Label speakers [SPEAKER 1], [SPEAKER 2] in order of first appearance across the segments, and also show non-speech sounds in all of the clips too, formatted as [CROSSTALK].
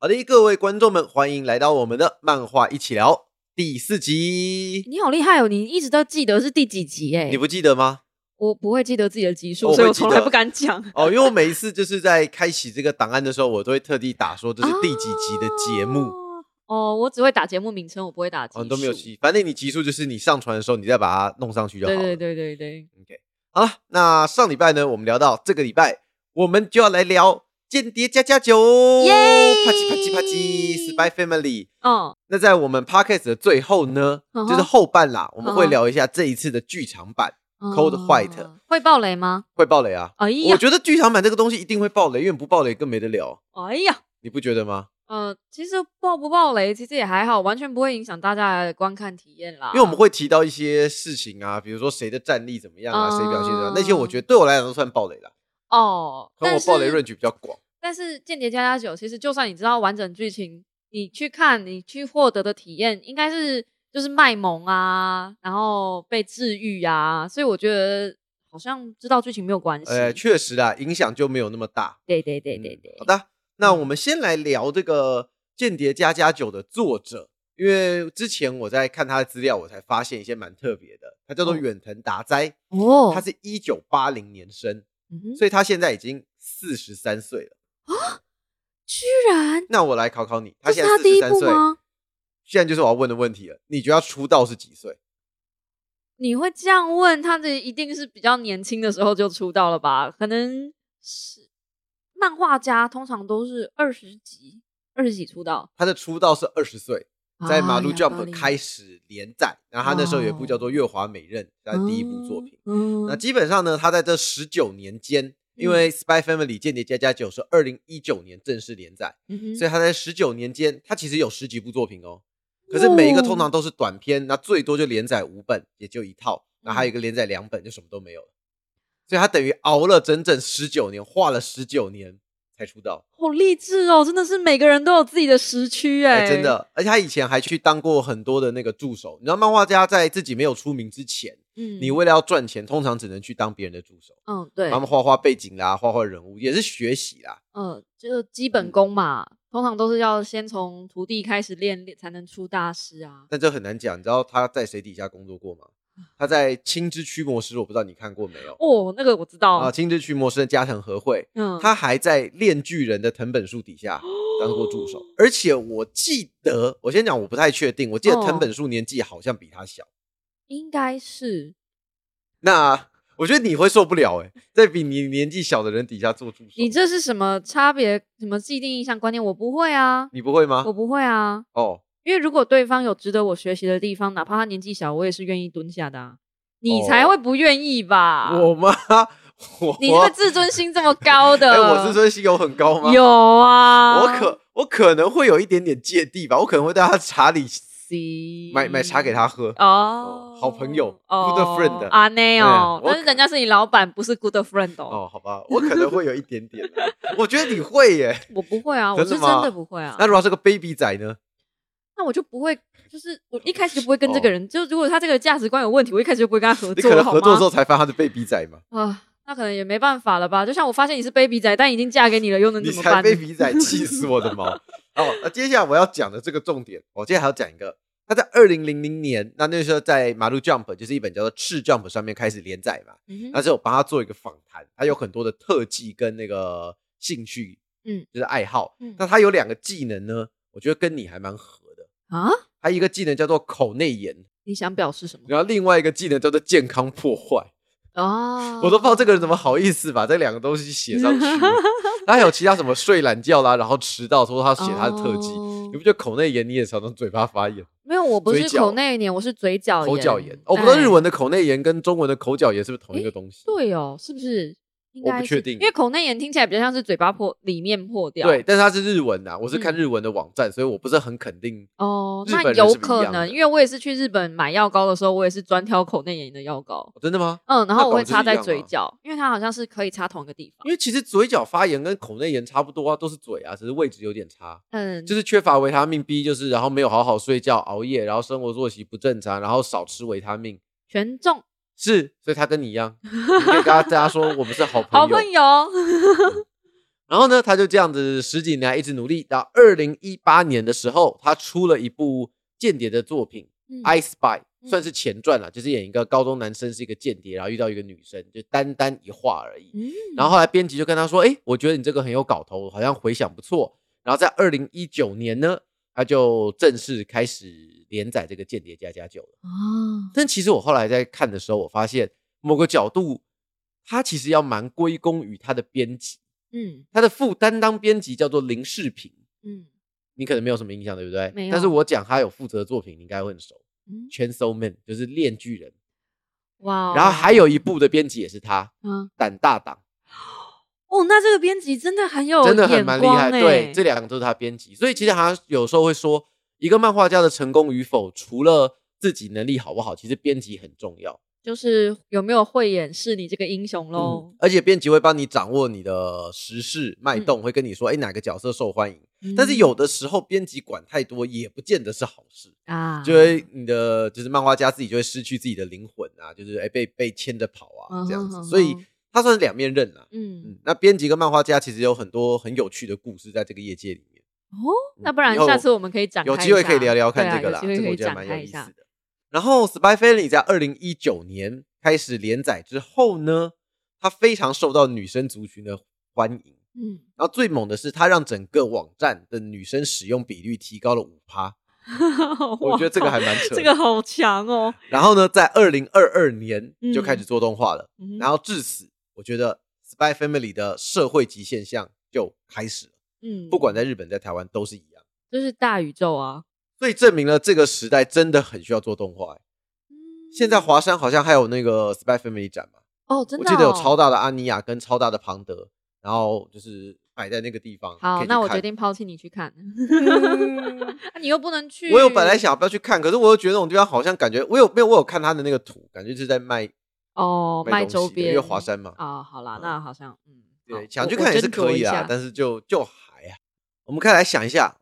[SPEAKER 1] 好的，各位观众们，欢迎来到我们的漫画一起聊第四集。
[SPEAKER 2] 你好厉害哦！你一直都记得是第几集哎、
[SPEAKER 1] 你不记得吗？
[SPEAKER 2] 我不会记得自己的集数，
[SPEAKER 1] 我会
[SPEAKER 2] 所以我
[SPEAKER 1] 记
[SPEAKER 2] 从
[SPEAKER 1] 得
[SPEAKER 2] 来不敢
[SPEAKER 1] [LAUGHS]
[SPEAKER 2] 讲。
[SPEAKER 1] 哦，因为我每一次就是在开启这个档案的时候，我都会特地打说这是第几集的节目。
[SPEAKER 2] 哦。哦，我只会打节目名称，我不会打集数。
[SPEAKER 1] 哦，你都没有记，反正你集数就是你上传的时候，你再把它弄上去就好
[SPEAKER 2] 对
[SPEAKER 1] 了。
[SPEAKER 2] 对对对对，
[SPEAKER 1] 好了，那上礼拜呢，我们聊到这个礼拜，我们就要来聊《间谍加加酒》，
[SPEAKER 2] 耶
[SPEAKER 1] 啪叽啪叽啪叽，Spy Family。
[SPEAKER 2] 嗯，
[SPEAKER 1] 那在我们 podcast 的最后呢
[SPEAKER 2] 嗯哼
[SPEAKER 1] 就是后半啦，我们
[SPEAKER 2] 嗯
[SPEAKER 1] 会
[SPEAKER 2] 哼
[SPEAKER 1] 聊一下这一次的剧场版，Code White
[SPEAKER 2] 嗯会爆雷吗？
[SPEAKER 1] 会爆雷啊！
[SPEAKER 2] 哎
[SPEAKER 1] 我
[SPEAKER 2] 呀，
[SPEAKER 1] 觉得剧场版这个东西一定会爆雷，因为不爆雷更没得聊，
[SPEAKER 2] 哎呀，
[SPEAKER 1] 你不觉得吗？
[SPEAKER 2] 呃，其实爆不爆雷其实也还好，完全不会影响大家的观看体验啦。
[SPEAKER 1] 因为我们会提到一些事情啊，比如说谁的战力怎么样啊，谁表现怎么样，那些我觉得对我来讲都算爆雷啦。
[SPEAKER 2] 哦，
[SPEAKER 1] 可能
[SPEAKER 2] 但
[SPEAKER 1] 我
[SPEAKER 2] 是
[SPEAKER 1] 爆雷论据比较广，
[SPEAKER 2] 但是《间谍加加酒》其实就算你知道完整剧情，你去看，你去获得的体验应该是就是卖萌啊，然后被治愈啊，所以我觉得好像知道剧情没有关系。
[SPEAKER 1] 呃，确实啊，影响就没有那么大。
[SPEAKER 2] 对对对
[SPEAKER 1] 嗯
[SPEAKER 2] 对对
[SPEAKER 1] 好，的，那我们先来聊这个《间谍加加酒》的作者，因为之前我在看他的资料，我才发现一些蛮特别的。他叫做
[SPEAKER 2] 哦
[SPEAKER 1] 远藤达哉，
[SPEAKER 2] 哦
[SPEAKER 1] 他是一九八零年生，
[SPEAKER 2] 嗯哼
[SPEAKER 1] 所以他现在已经四十三岁了。
[SPEAKER 2] 居然
[SPEAKER 1] 那我来考考你，他
[SPEAKER 2] 这是
[SPEAKER 1] 现在
[SPEAKER 2] 他
[SPEAKER 1] 四
[SPEAKER 2] 第
[SPEAKER 1] 十
[SPEAKER 2] 一
[SPEAKER 1] 三
[SPEAKER 2] 部
[SPEAKER 1] 岁，
[SPEAKER 2] 吗？
[SPEAKER 1] 现在就是我要问的问题了。你觉得他出道是几岁？
[SPEAKER 2] 你会这样问他，这一定是比较年轻的时候就出道了吧？可能是漫画家通常都是二十几、二十几出道，哎
[SPEAKER 1] 他的出道是二十岁，在《马路
[SPEAKER 2] 路
[SPEAKER 1] Jump》开始连载，然后他那时候有一部叫
[SPEAKER 2] 哦
[SPEAKER 1] 做《月华美刃》，他的第一部作品。
[SPEAKER 2] 嗯，
[SPEAKER 1] 那基本上呢，他在这十九年间，因为《Spy Family》间谍加加九是二零一九年正式连载，
[SPEAKER 2] 嗯哼
[SPEAKER 1] 所以他在十九年间，他其实有十几部作品哦。可是每一个
[SPEAKER 2] 哦
[SPEAKER 1] 通常都是短篇，那最多就连载五本，也就一套，那还有一
[SPEAKER 2] 嗯
[SPEAKER 1] 个连载两本，就什么都没有了。所以他等于熬了整整十九年，画了十九年才出道，
[SPEAKER 2] 好励志哦！真的是每个人都有自己的时区哎、
[SPEAKER 1] 哎、真。的。而且他以前还去当过很多的那个助手，你知道，漫画家在自己没有出名之前，
[SPEAKER 2] 嗯
[SPEAKER 1] 你为了要赚钱，通常只能去当别人的助手。
[SPEAKER 2] 嗯对，
[SPEAKER 1] 他们画画背景啦，画画人物也是学习啦。
[SPEAKER 2] 嗯，就是基本功嘛，通常都是要先从徒弟开始练，练才能出大师啊。
[SPEAKER 1] 但这很难讲，你知道他在谁底下工作过吗？他在《青之驱魔师》，我不知道你看过没有
[SPEAKER 2] 哦，那个我知道，
[SPEAKER 1] 啊，《青之驱魔师》的加藤和惠，
[SPEAKER 2] 嗯，
[SPEAKER 1] 他还在《炼巨人》的藤本树底
[SPEAKER 2] [GASPS]
[SPEAKER 1] 下当过助手。而且我记得，我先讲，我不太确定，我记得
[SPEAKER 2] 哦
[SPEAKER 1] 藤本树年纪好像比他小。
[SPEAKER 2] 应该是
[SPEAKER 1] 那我觉得你会受不了哎、在比你年纪小的人底下做助手，
[SPEAKER 2] 你这是什么差别？什么既定印象观念？我不会啊，
[SPEAKER 1] 你不会吗
[SPEAKER 2] 我？不会啊，
[SPEAKER 1] 哦，
[SPEAKER 2] 因为如果对方有值得我学习的地方，哪怕他年纪小，我也是愿意蹲下的、啊。你
[SPEAKER 1] 哦
[SPEAKER 2] 才会不愿意吧？
[SPEAKER 1] 我吗？我
[SPEAKER 2] 你这个自尊心这么高的，
[SPEAKER 1] 哎、我自尊心有很高吗？
[SPEAKER 2] 有啊，
[SPEAKER 1] 我可我可能会有一点点芥蒂吧，我可能会带他茶里
[SPEAKER 2] C
[SPEAKER 1] 买买茶给他喝。
[SPEAKER 2] 哦
[SPEAKER 1] 哦，好朋友
[SPEAKER 2] 哦
[SPEAKER 1] good friend
[SPEAKER 2] 啊那
[SPEAKER 1] 嗯我
[SPEAKER 2] 哦，但
[SPEAKER 1] 可
[SPEAKER 2] 是人家是你老板，不是 good friend 哦。
[SPEAKER 1] 哦，好吧，我可能会有一点点啊，我觉得你会耶。
[SPEAKER 2] 我不会啊，我
[SPEAKER 1] 真的
[SPEAKER 2] 是真
[SPEAKER 1] 吗
[SPEAKER 2] 的不会啊
[SPEAKER 1] 那。如果这个 baby 仔呢？
[SPEAKER 2] 那我就不会，就是我一开始就不会跟这
[SPEAKER 1] 哦
[SPEAKER 2] 个人，就如果他这个价值观有问题，我一开始就不会跟他合
[SPEAKER 1] 你可
[SPEAKER 2] 作了，
[SPEAKER 1] 能
[SPEAKER 2] 好
[SPEAKER 1] 合作之后
[SPEAKER 2] 吗？
[SPEAKER 1] 才发现他的 baby 仔
[SPEAKER 2] [LAUGHS]
[SPEAKER 1] 嘛，
[SPEAKER 2] 啊，那可能也没办法了吧？就像我发现你是 baby 仔，但已经嫁给你了，又能
[SPEAKER 1] 你
[SPEAKER 2] 怎么
[SPEAKER 1] 才
[SPEAKER 2] 办？
[SPEAKER 1] baby 仔，气死我的毛！ [LAUGHS] 哦，那接下来我要讲的这个重点，我、接下来还要讲一个。他在二零零零年，那那时候在《马路 Jump》就是一本叫做《赤 Jump》上面开始连载嘛，
[SPEAKER 2] 嗯
[SPEAKER 1] 但
[SPEAKER 2] 哼
[SPEAKER 1] 是我帮他做一个访谈，他有很多的特技跟那个兴趣，
[SPEAKER 2] 嗯，
[SPEAKER 1] 就是爱好。
[SPEAKER 2] 嗯
[SPEAKER 1] 那他有两个技能呢，我觉得跟你还蛮合的。
[SPEAKER 2] 啊，
[SPEAKER 1] 他一个技能叫做口内炎，
[SPEAKER 2] 你想表示什么
[SPEAKER 1] 然后另外一个技能叫做健康破坏。
[SPEAKER 2] 啊？
[SPEAKER 1] 我都不知道这个人怎么好意思把 [LAUGHS] 这两个东西写上去。他还有其他什么睡懒觉啦，然后迟到，说他写他的特技。
[SPEAKER 2] 哦
[SPEAKER 1] 你不觉得口内炎你也常常嘴巴发炎、
[SPEAKER 2] 没有，我不
[SPEAKER 1] 嘴
[SPEAKER 2] 是
[SPEAKER 1] 角
[SPEAKER 2] 口内炎，哎我是嘴角
[SPEAKER 1] 口角炎？哦我
[SPEAKER 2] 我
[SPEAKER 1] 不知道日文的口内炎跟中文的口角炎是不是同一个东西？
[SPEAKER 2] 对哦，是不是？应
[SPEAKER 1] 我不
[SPEAKER 2] 该
[SPEAKER 1] 确
[SPEAKER 2] 是
[SPEAKER 1] 定
[SPEAKER 2] 因为口内炎听起来比较像是嘴巴破里面破掉。
[SPEAKER 1] 对，但是它是日文呐、我是看
[SPEAKER 2] 啊嗯
[SPEAKER 1] 日文的网站，所以我不是很肯定。
[SPEAKER 2] 哦，
[SPEAKER 1] 日本
[SPEAKER 2] 那
[SPEAKER 1] 人
[SPEAKER 2] 有
[SPEAKER 1] 是不一
[SPEAKER 2] 可
[SPEAKER 1] 样的
[SPEAKER 2] 能，因为我也是去日本买药膏的时候，我也是专挑口内炎的药膏。
[SPEAKER 1] 真的吗？
[SPEAKER 2] 嗯，然后我
[SPEAKER 1] 那导
[SPEAKER 2] 会
[SPEAKER 1] 致
[SPEAKER 2] 擦
[SPEAKER 1] 一样
[SPEAKER 2] 在
[SPEAKER 1] 吗
[SPEAKER 2] 嘴角，因为它好像是可以擦同一个地方。
[SPEAKER 1] 因为其实嘴角发炎跟口内炎差不多啊，都是嘴啊，只是位置有点差，
[SPEAKER 2] 嗯，
[SPEAKER 1] 就是是缺乏维他命 B，就是然后没有好好睡觉、熬夜，然后生活作息不正常，然后少吃维他命，
[SPEAKER 2] 权重 [LAUGHS]
[SPEAKER 1] 是，所以他跟你一样，你可以跟大家说我们是好朋友。
[SPEAKER 2] 好朋友。
[SPEAKER 1] 然后呢，他就这样子十几年来一直努力，到二零一八年的时候，他出了一部间谍的作品
[SPEAKER 2] 嗯
[SPEAKER 1] 《I Spy》，
[SPEAKER 2] 嗯
[SPEAKER 1] 算是前传了，就是演一个高中男生是一个间谍，然后遇到一个女生，就单单一话而已。
[SPEAKER 2] 嗯
[SPEAKER 1] 然后后来编辑就跟他说：“哎，我觉得你这个很有搞头，好像回响不错。”然后在二零一九年呢，他就正式开始连载这个《间谍加加九》了。
[SPEAKER 2] 啊，
[SPEAKER 1] 但其实我后来在看的时候，我发现某个角度，他其实要蛮归功于他的编辑，
[SPEAKER 2] 嗯
[SPEAKER 1] 他的副担当编辑叫做林世平，
[SPEAKER 2] 嗯
[SPEAKER 1] 你可能没有什么印象，对不对？
[SPEAKER 2] 没有
[SPEAKER 1] 但是我讲他有负责的作品，你应该会很熟，
[SPEAKER 2] 嗯，
[SPEAKER 1] 《圈 o Man》就是《链锯人》
[SPEAKER 2] 哇哦，
[SPEAKER 1] 然后还有一部的编辑也是他，
[SPEAKER 2] 嗯
[SPEAKER 1] 《胆大党
[SPEAKER 2] 哦，那这个编辑真的很有》
[SPEAKER 1] 真的很
[SPEAKER 2] 眼
[SPEAKER 1] 蛮厉
[SPEAKER 2] 光
[SPEAKER 1] 害。
[SPEAKER 2] 欸
[SPEAKER 1] 对，这两个都是他编辑，所以其实好像有时候会说，一个漫画家的成功与否，除了自己能力好不好，其实编辑很重要。
[SPEAKER 2] 就是有没有慧眼是你这个英雄喽
[SPEAKER 1] 嗯，？而且编辑会帮你掌握你的时事
[SPEAKER 2] 嗯
[SPEAKER 1] 脉动，会跟你说，哎，哪个角色受欢迎。但是有的时候编辑管太多也不见得是好事，
[SPEAKER 2] 嗯啊，
[SPEAKER 1] 就会你的就是漫画家自己就会失去自己的灵魂啊，就是哎被被牵着跑啊
[SPEAKER 2] 嗯
[SPEAKER 1] 这样
[SPEAKER 2] 哼
[SPEAKER 1] 子，
[SPEAKER 2] 哼
[SPEAKER 1] 所以
[SPEAKER 2] 哼
[SPEAKER 1] 它算是两面刃啊。
[SPEAKER 2] 嗯
[SPEAKER 1] 嗯，那编辑跟漫画家其实有很多很有趣的故事在这个业界里面，
[SPEAKER 2] 哦，
[SPEAKER 1] 嗯
[SPEAKER 2] 那不然
[SPEAKER 1] 以后
[SPEAKER 2] 下次我们可以展开
[SPEAKER 1] 有
[SPEAKER 2] 一下，
[SPEAKER 1] 机会可以聊聊
[SPEAKER 2] 对
[SPEAKER 1] 看
[SPEAKER 2] 啊
[SPEAKER 1] 这个啦，
[SPEAKER 2] 有
[SPEAKER 1] 这
[SPEAKER 2] 机
[SPEAKER 1] 个
[SPEAKER 2] 会
[SPEAKER 1] 我觉
[SPEAKER 2] 可以
[SPEAKER 1] 得
[SPEAKER 2] 展
[SPEAKER 1] 蛮有
[SPEAKER 2] 开一
[SPEAKER 1] 意思
[SPEAKER 2] 下。
[SPEAKER 1] 的。然后《Spy Family》在二零一九年开始连载之后呢，它非常受到女生族群的欢迎。
[SPEAKER 2] 嗯，
[SPEAKER 1] 然后最猛的是，它让整个网站的女生使用比率提高了五
[SPEAKER 2] [LAUGHS]
[SPEAKER 1] 趴， [LAUGHS] 我觉得这个
[SPEAKER 2] 哇
[SPEAKER 1] 还蛮扯的。
[SPEAKER 2] 这个好强
[SPEAKER 1] [LAUGHS]
[SPEAKER 2] 哦。
[SPEAKER 1] 然后呢，在二零二二年就开
[SPEAKER 2] 嗯
[SPEAKER 1] 始做动画了，
[SPEAKER 2] 嗯
[SPEAKER 1] 然后至此，我觉得《Spy Family》的社会级现象就开始了，
[SPEAKER 2] 嗯，
[SPEAKER 1] 不管在日本、在台湾都是一样，
[SPEAKER 2] 就是大宇宙啊，
[SPEAKER 1] 所以证明了这个时代真的很需要做动画、欸现在华山好像还有那个《Spy Family》展嘛，
[SPEAKER 2] 嗯哦，真
[SPEAKER 1] 我
[SPEAKER 2] 的、
[SPEAKER 1] 记
[SPEAKER 2] 哦，
[SPEAKER 1] 得有超大的安妮亚跟超大的庞德，然后就是摆在那个地方。可
[SPEAKER 2] 好，
[SPEAKER 1] 以去
[SPEAKER 2] 那我
[SPEAKER 1] 看
[SPEAKER 2] 决。定抛弃你
[SPEAKER 1] [LAUGHS]
[SPEAKER 2] 去看， [LAUGHS]
[SPEAKER 1] 嗯
[SPEAKER 2] 啊你又不能去。
[SPEAKER 1] 我有本来想要不要去看，可是我又觉得那种地方好像感觉我有没有我有看他的那个图，感觉就是在卖
[SPEAKER 2] 哦卖
[SPEAKER 1] 东
[SPEAKER 2] 周
[SPEAKER 1] 西的
[SPEAKER 2] 边，
[SPEAKER 1] 因为华山嘛。
[SPEAKER 2] 啊、好啦
[SPEAKER 1] 嗯，
[SPEAKER 2] 那好像嗯，好
[SPEAKER 1] 对，想
[SPEAKER 2] 我
[SPEAKER 1] 去
[SPEAKER 2] 我
[SPEAKER 1] 看也是
[SPEAKER 2] 斟酌
[SPEAKER 1] 可
[SPEAKER 2] 一
[SPEAKER 1] 以啦
[SPEAKER 2] 下，
[SPEAKER 1] 但是就就还啊。我们可以来想一下，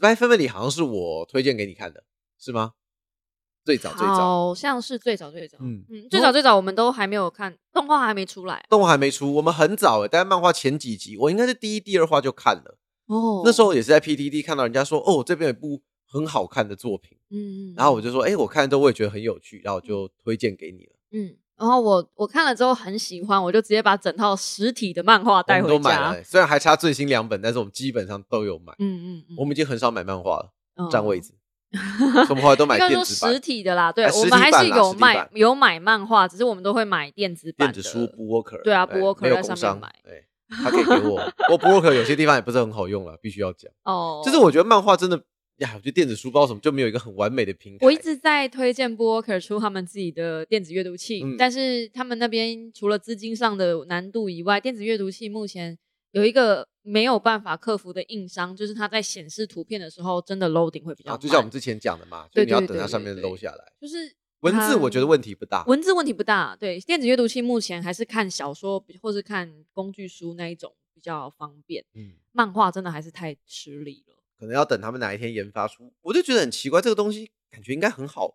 [SPEAKER 1] 《Spy Family》好像是我推荐给你看的，是吗？最早最早，
[SPEAKER 2] 好像是最早最早，
[SPEAKER 1] 嗯
[SPEAKER 2] 嗯嗯，最早最早我们都还没有看动画，还没出来
[SPEAKER 1] 动画还没出，我们很早欸诶，大概漫画前几集，我应该是第一、第二话就看了。
[SPEAKER 2] 哦
[SPEAKER 1] 那时候也是在 PTT 看到人家说，哦，这边有一部很好看的作品，
[SPEAKER 2] 嗯，嗯
[SPEAKER 1] 然后我
[SPEAKER 2] 嗯
[SPEAKER 1] 就说，哎、我看了之后我也觉得很有趣，然后我就推荐给你了。
[SPEAKER 2] 嗯，然后我我看了之后很喜欢，我就直接把整套实体的漫画
[SPEAKER 1] 我
[SPEAKER 2] 带回
[SPEAKER 1] 们都买
[SPEAKER 2] 家，
[SPEAKER 1] 了、欸虽然还差最新两本，但是我们基本上都有买。
[SPEAKER 2] 嗯嗯嗯，嗯
[SPEAKER 1] 我们已经很少买漫画了，
[SPEAKER 2] 们
[SPEAKER 1] 占位置， [LAUGHS] 所以我们后来都买
[SPEAKER 2] 应该
[SPEAKER 1] 电
[SPEAKER 2] 说
[SPEAKER 1] 子版
[SPEAKER 2] 实、体的啦，对
[SPEAKER 1] 哎，
[SPEAKER 2] 我
[SPEAKER 1] 实
[SPEAKER 2] 们
[SPEAKER 1] 体
[SPEAKER 2] 还
[SPEAKER 1] 版
[SPEAKER 2] 是
[SPEAKER 1] 啦
[SPEAKER 2] 有
[SPEAKER 1] 实体
[SPEAKER 2] 卖
[SPEAKER 1] 版
[SPEAKER 2] 有买漫画，只是我们都会买电子版
[SPEAKER 1] 电子
[SPEAKER 2] 的
[SPEAKER 1] 书 b o o k e r
[SPEAKER 2] 对啊，Booker
[SPEAKER 1] 没有
[SPEAKER 2] 在
[SPEAKER 1] 工
[SPEAKER 2] 上面
[SPEAKER 1] 商
[SPEAKER 2] 买，
[SPEAKER 1] 对，他可以给
[SPEAKER 2] [LAUGHS]
[SPEAKER 1] 我。我 b o o k e r 有些地方也不是很好用了，必须要讲。
[SPEAKER 2] 哦，
[SPEAKER 1] 就是我觉得漫画真的哎呀，我觉得电子书包什么就没有一个很完美的平台。
[SPEAKER 2] 我一直在推荐 Booker 出他们自己的电子阅读器，
[SPEAKER 1] 嗯
[SPEAKER 2] 但是他们那边除了资金上的难度以外，电子阅读器目前有一个没有办法克服的硬伤，就是它在显示图片的时候，真的 loading 会比较
[SPEAKER 1] 啊，
[SPEAKER 2] 慢。
[SPEAKER 1] 就像我们之前讲的嘛，就
[SPEAKER 2] 对
[SPEAKER 1] 你要
[SPEAKER 2] 对
[SPEAKER 1] 等
[SPEAKER 2] 对
[SPEAKER 1] 它上
[SPEAKER 2] 对
[SPEAKER 1] 面
[SPEAKER 2] 对
[SPEAKER 1] 搂下来。
[SPEAKER 2] 就是
[SPEAKER 1] 文字
[SPEAKER 2] 它
[SPEAKER 1] 我觉得问题不大，
[SPEAKER 2] 文字问题不大，对电子阅读器目前还是看小说比或是看工具书那一种比较方便，
[SPEAKER 1] 嗯，
[SPEAKER 2] 漫画真的还是太吃力了。
[SPEAKER 1] 可能要等他们哪一天研发出。我就觉得很奇怪，这个东西感觉应该很好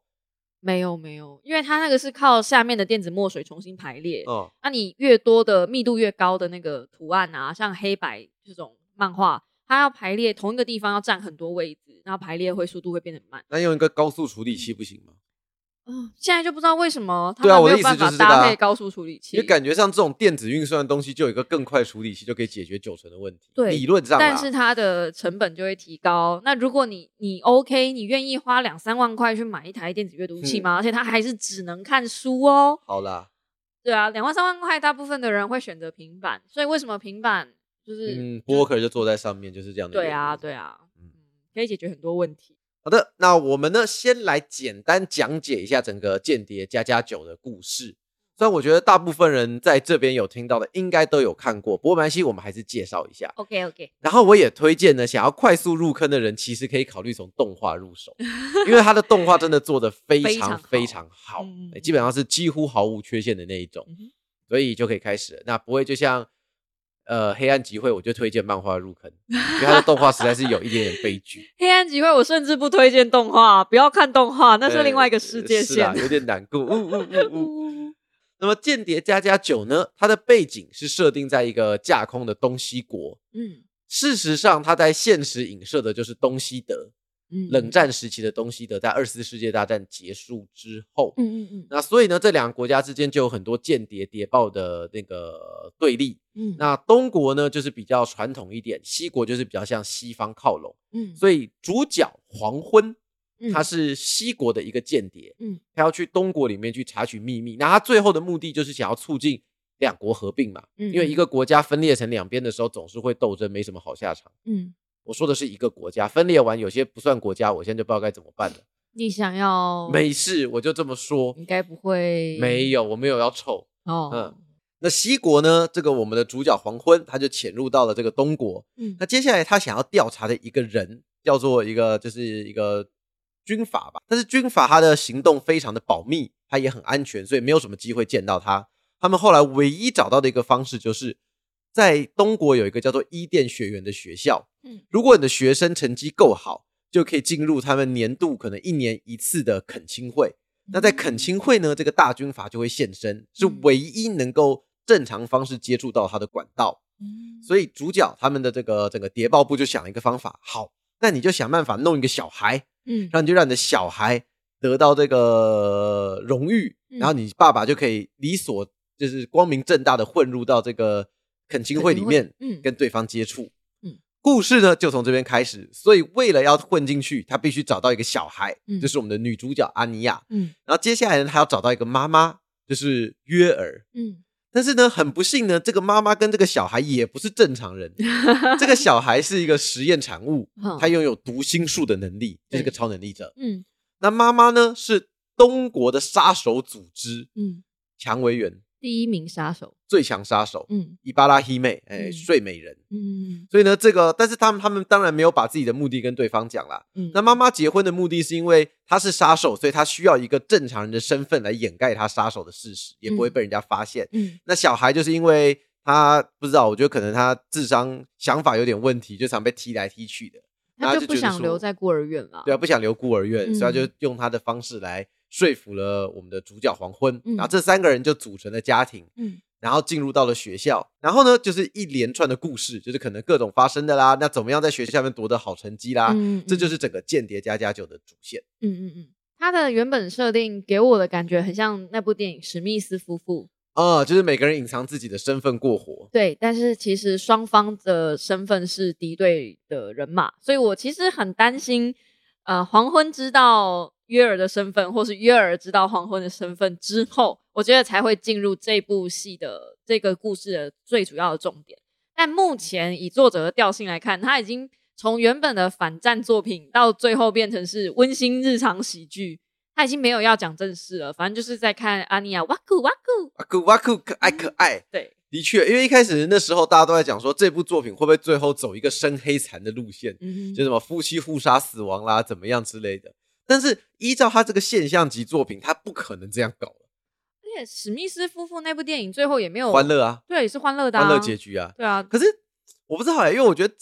[SPEAKER 2] 没有没有，因为它那个是靠下面的电子墨水重新排列，
[SPEAKER 1] 哦，
[SPEAKER 2] 那你越多的密度越高的那个图案啊，像黑白这种漫画，它要排列同一个地方要占很多位置，然后排列会速度会变得很慢。
[SPEAKER 1] 那用一个高速处理器不行吗？
[SPEAKER 2] 嗯，现在就不知道为什么他
[SPEAKER 1] 对啊
[SPEAKER 2] 们
[SPEAKER 1] 我
[SPEAKER 2] 没
[SPEAKER 1] 的
[SPEAKER 2] 有
[SPEAKER 1] 意思
[SPEAKER 2] 办
[SPEAKER 1] 就是
[SPEAKER 2] 法
[SPEAKER 1] 这个啊
[SPEAKER 2] 搭配高速处理器，
[SPEAKER 1] 因为感觉上这种电子运算的东西，就有一个更快处理器就可以解决九成的问题。
[SPEAKER 2] 对
[SPEAKER 1] 理论上啦，
[SPEAKER 2] 但是它的成本就会提高。那如果你你 OK，你愿意花两三万块去买一台电子阅读器
[SPEAKER 1] 嗯
[SPEAKER 2] 吗？而且它还是只能看书哦。
[SPEAKER 1] 好啦，
[SPEAKER 2] 对啊，两万三万块，大部分的人会选择平板，所以为什么平板就是
[SPEAKER 1] 嗯，播客就坐在上面，就是这样的。
[SPEAKER 2] 对啊，。对啊，嗯，可以解决很多问题。
[SPEAKER 1] 好的，那我们呢，先来简单讲解一下整个《间谍加加九》的故事。虽然我觉得大部分人在这边有听到的，应该都有看过，不过没关系，我们还是介绍一下。
[SPEAKER 2] OK OK，
[SPEAKER 1] 然后我也推荐呢，想要快速入坑的人，其实可以考虑从动画入手，因为它的动画真的做的非
[SPEAKER 2] 非
[SPEAKER 1] 常
[SPEAKER 2] 常
[SPEAKER 1] 非常好，哎
[SPEAKER 2] 嗯
[SPEAKER 1] 基本上是几乎毫无缺陷的那一种
[SPEAKER 2] 嗯哼，
[SPEAKER 1] 所以就可以开始了。那不会就像呃《黑暗集会》，我就推荐漫画入坑，因为它的动画实在是有一点点悲剧。
[SPEAKER 2] 黑暗集会我甚至不推荐 [LAUGHS] 动画，不要看动画，那是
[SPEAKER 1] 呃
[SPEAKER 2] 另外一个世界
[SPEAKER 1] 是啦
[SPEAKER 2] [LAUGHS]
[SPEAKER 1] 嗯
[SPEAKER 2] 线。嗯
[SPEAKER 1] 有点难过。呜呜呜呜。
[SPEAKER 2] 呜
[SPEAKER 1] 那么《间谍加加九》呢，它的背景是设定在一个架空的东西国，
[SPEAKER 2] 嗯
[SPEAKER 1] 事实上它在现实影射的就是东西德。
[SPEAKER 2] 嗯，
[SPEAKER 1] 冷，战时期的东西德在二次世界大战结束之后，
[SPEAKER 2] 嗯嗯嗯
[SPEAKER 1] 那所以呢，这两个国家之间就有很多间谍谍报的那个对立。
[SPEAKER 2] 嗯，
[SPEAKER 1] 那东国呢，就是比较传统一点，西国就是比较向西方靠拢。
[SPEAKER 2] 嗯，
[SPEAKER 1] 所以主角黄昏
[SPEAKER 2] 以
[SPEAKER 1] 他是西国的一个间谍，
[SPEAKER 2] 嗯，
[SPEAKER 1] 他要去东国里面去查取秘密。那他最后的目的就是想要促进两国合并嘛，
[SPEAKER 2] 因
[SPEAKER 1] 因为一个国家分裂成两边的时候，总是会斗争，没什么好下场。
[SPEAKER 2] 嗯，
[SPEAKER 1] 我说的是一个国家分裂完，有些不算国家，我现在就不知道该怎么办了。
[SPEAKER 2] 你想
[SPEAKER 1] [LAUGHS]
[SPEAKER 2] 要，
[SPEAKER 1] 没事，我就这么说。
[SPEAKER 2] 你该不会
[SPEAKER 1] 没有，我没有嗯要臭。
[SPEAKER 2] 哦，
[SPEAKER 1] 那西国呢？这个我们的主角黄昏，他就潜入到了这个东国。
[SPEAKER 2] 嗯
[SPEAKER 1] 那接下来他想要调查的一个人，叫做一个就是一个军阀吧，但是军阀他的行动非常的保密，他也很安全，所以没有什么机会见到他。他们后来唯一找到的一个方式，就是在东国有一个叫做伊甸学园的学校。
[SPEAKER 2] 嗯
[SPEAKER 1] 如果你的学生成绩够好，就可以进入他们年度可能一年一次的恳亲会。那在恳亲会呢，这个大军阀就会现身，是
[SPEAKER 2] 嗯
[SPEAKER 1] 唯一能够正常方式接触到他的管道。
[SPEAKER 2] 嗯，
[SPEAKER 1] 所以主角他们的这个整个谍报部就想了一个方法，好，那你就想办法弄一个小孩，
[SPEAKER 2] 嗯，
[SPEAKER 1] 然后你就让你的小孩得到这个荣誉，
[SPEAKER 2] 嗯
[SPEAKER 1] 然后你爸爸就可以理所就是光明正大的混入到这个恳亲会里面，
[SPEAKER 2] 嗯
[SPEAKER 1] 跟对方接触。
[SPEAKER 2] 嗯
[SPEAKER 1] 故事呢就从这边开始，所以为了要混进去，他必须找到一个小孩，
[SPEAKER 2] 嗯
[SPEAKER 1] 就是我们的女主角安妮亚。
[SPEAKER 2] 嗯
[SPEAKER 1] 然后接下来呢，他要找到一个妈妈，就是约尔。
[SPEAKER 2] 嗯，
[SPEAKER 1] 但是呢，很不幸呢，这个妈妈跟这个小孩也不是正常
[SPEAKER 2] [LAUGHS]
[SPEAKER 1] 人，这个小孩是一个实验产物，他
[SPEAKER 2] 他
[SPEAKER 1] 拥有读心术的能力，就是个
[SPEAKER 2] 嗯对
[SPEAKER 1] 超能力者。
[SPEAKER 2] 嗯
[SPEAKER 1] 那妈妈呢是东国的杀手组织
[SPEAKER 2] 嗯，
[SPEAKER 1] 蔷薇园
[SPEAKER 2] 第一名杀手，
[SPEAKER 1] 最强杀手
[SPEAKER 2] 嗯
[SPEAKER 1] 伊巴拉希妹，哎，
[SPEAKER 2] 嗯
[SPEAKER 1] 睡美人。
[SPEAKER 2] 嗯
[SPEAKER 1] 所以呢，这个但是他们他们当然没有把自己的目的跟对方讲啦。
[SPEAKER 2] 嗯，
[SPEAKER 1] 那妈妈结婚的目的是因为她是杀手，所以她需要一个正常人的身份来掩盖她杀手的事实，也不会被人家发现。
[SPEAKER 2] 嗯
[SPEAKER 1] 那小孩就是因为他不知道，我觉得可能他智商想法有点问题，就常被踢来踢去的。那
[SPEAKER 2] 他就
[SPEAKER 1] 就
[SPEAKER 2] 不
[SPEAKER 1] 觉得
[SPEAKER 2] 想留
[SPEAKER 1] 说
[SPEAKER 2] 在孤儿院了，
[SPEAKER 1] 对啊，不想留孤儿院，所以他
[SPEAKER 2] 嗯
[SPEAKER 1] 就用他的方式来说服了我们的主角黄昏。
[SPEAKER 2] 嗯
[SPEAKER 1] 然后这三个人就组成了家庭，
[SPEAKER 2] 嗯
[SPEAKER 1] 然后进入到了学校。然后呢，就是一连串的故事，就是可能各种发生的啦。那怎么样在学校里面夺得好成绩啦？
[SPEAKER 2] 嗯，
[SPEAKER 1] 这就是是整个《间谍加加九》的主线。
[SPEAKER 2] 嗯嗯嗯。他的原本设定给我的感觉很像那部电影《史密斯夫妇》，
[SPEAKER 1] 啊、就是每个人隐藏自己的身份过活。
[SPEAKER 2] 对，但是其实双方的身份是敌对的人马，所以我其实很担心，呃，黄昏知道约尔的身份，或是约尔知道黄昏的身份之后，我觉得才会进入这部戏的这个故事的最主要的重点。但目前以作者的调性来看，他已经从原本的反战作品到最后变成是温馨日常喜剧，他已经没有要讲正事了，反正就是在看阿尼亚哇酷哇酷，
[SPEAKER 1] 啊酷哇酷，可爱可爱。
[SPEAKER 2] 对，
[SPEAKER 1] 的确，因为一开始那时候大家都在讲说这部作品会不会最后走一个深黑残的路线，
[SPEAKER 2] 嗯
[SPEAKER 1] 就什么夫妻互杀死亡啦，怎么样之类的。但是依照他这个现象级作品，他不可能这样搞了
[SPEAKER 2] 而且史密斯夫妇那部电影最后也没有
[SPEAKER 1] 欢，乐啊，
[SPEAKER 2] 哦对，也是欢乐的、啊，
[SPEAKER 1] 欢乐结局啊。
[SPEAKER 2] 对啊，
[SPEAKER 1] 可是我不知道哎、因为我觉得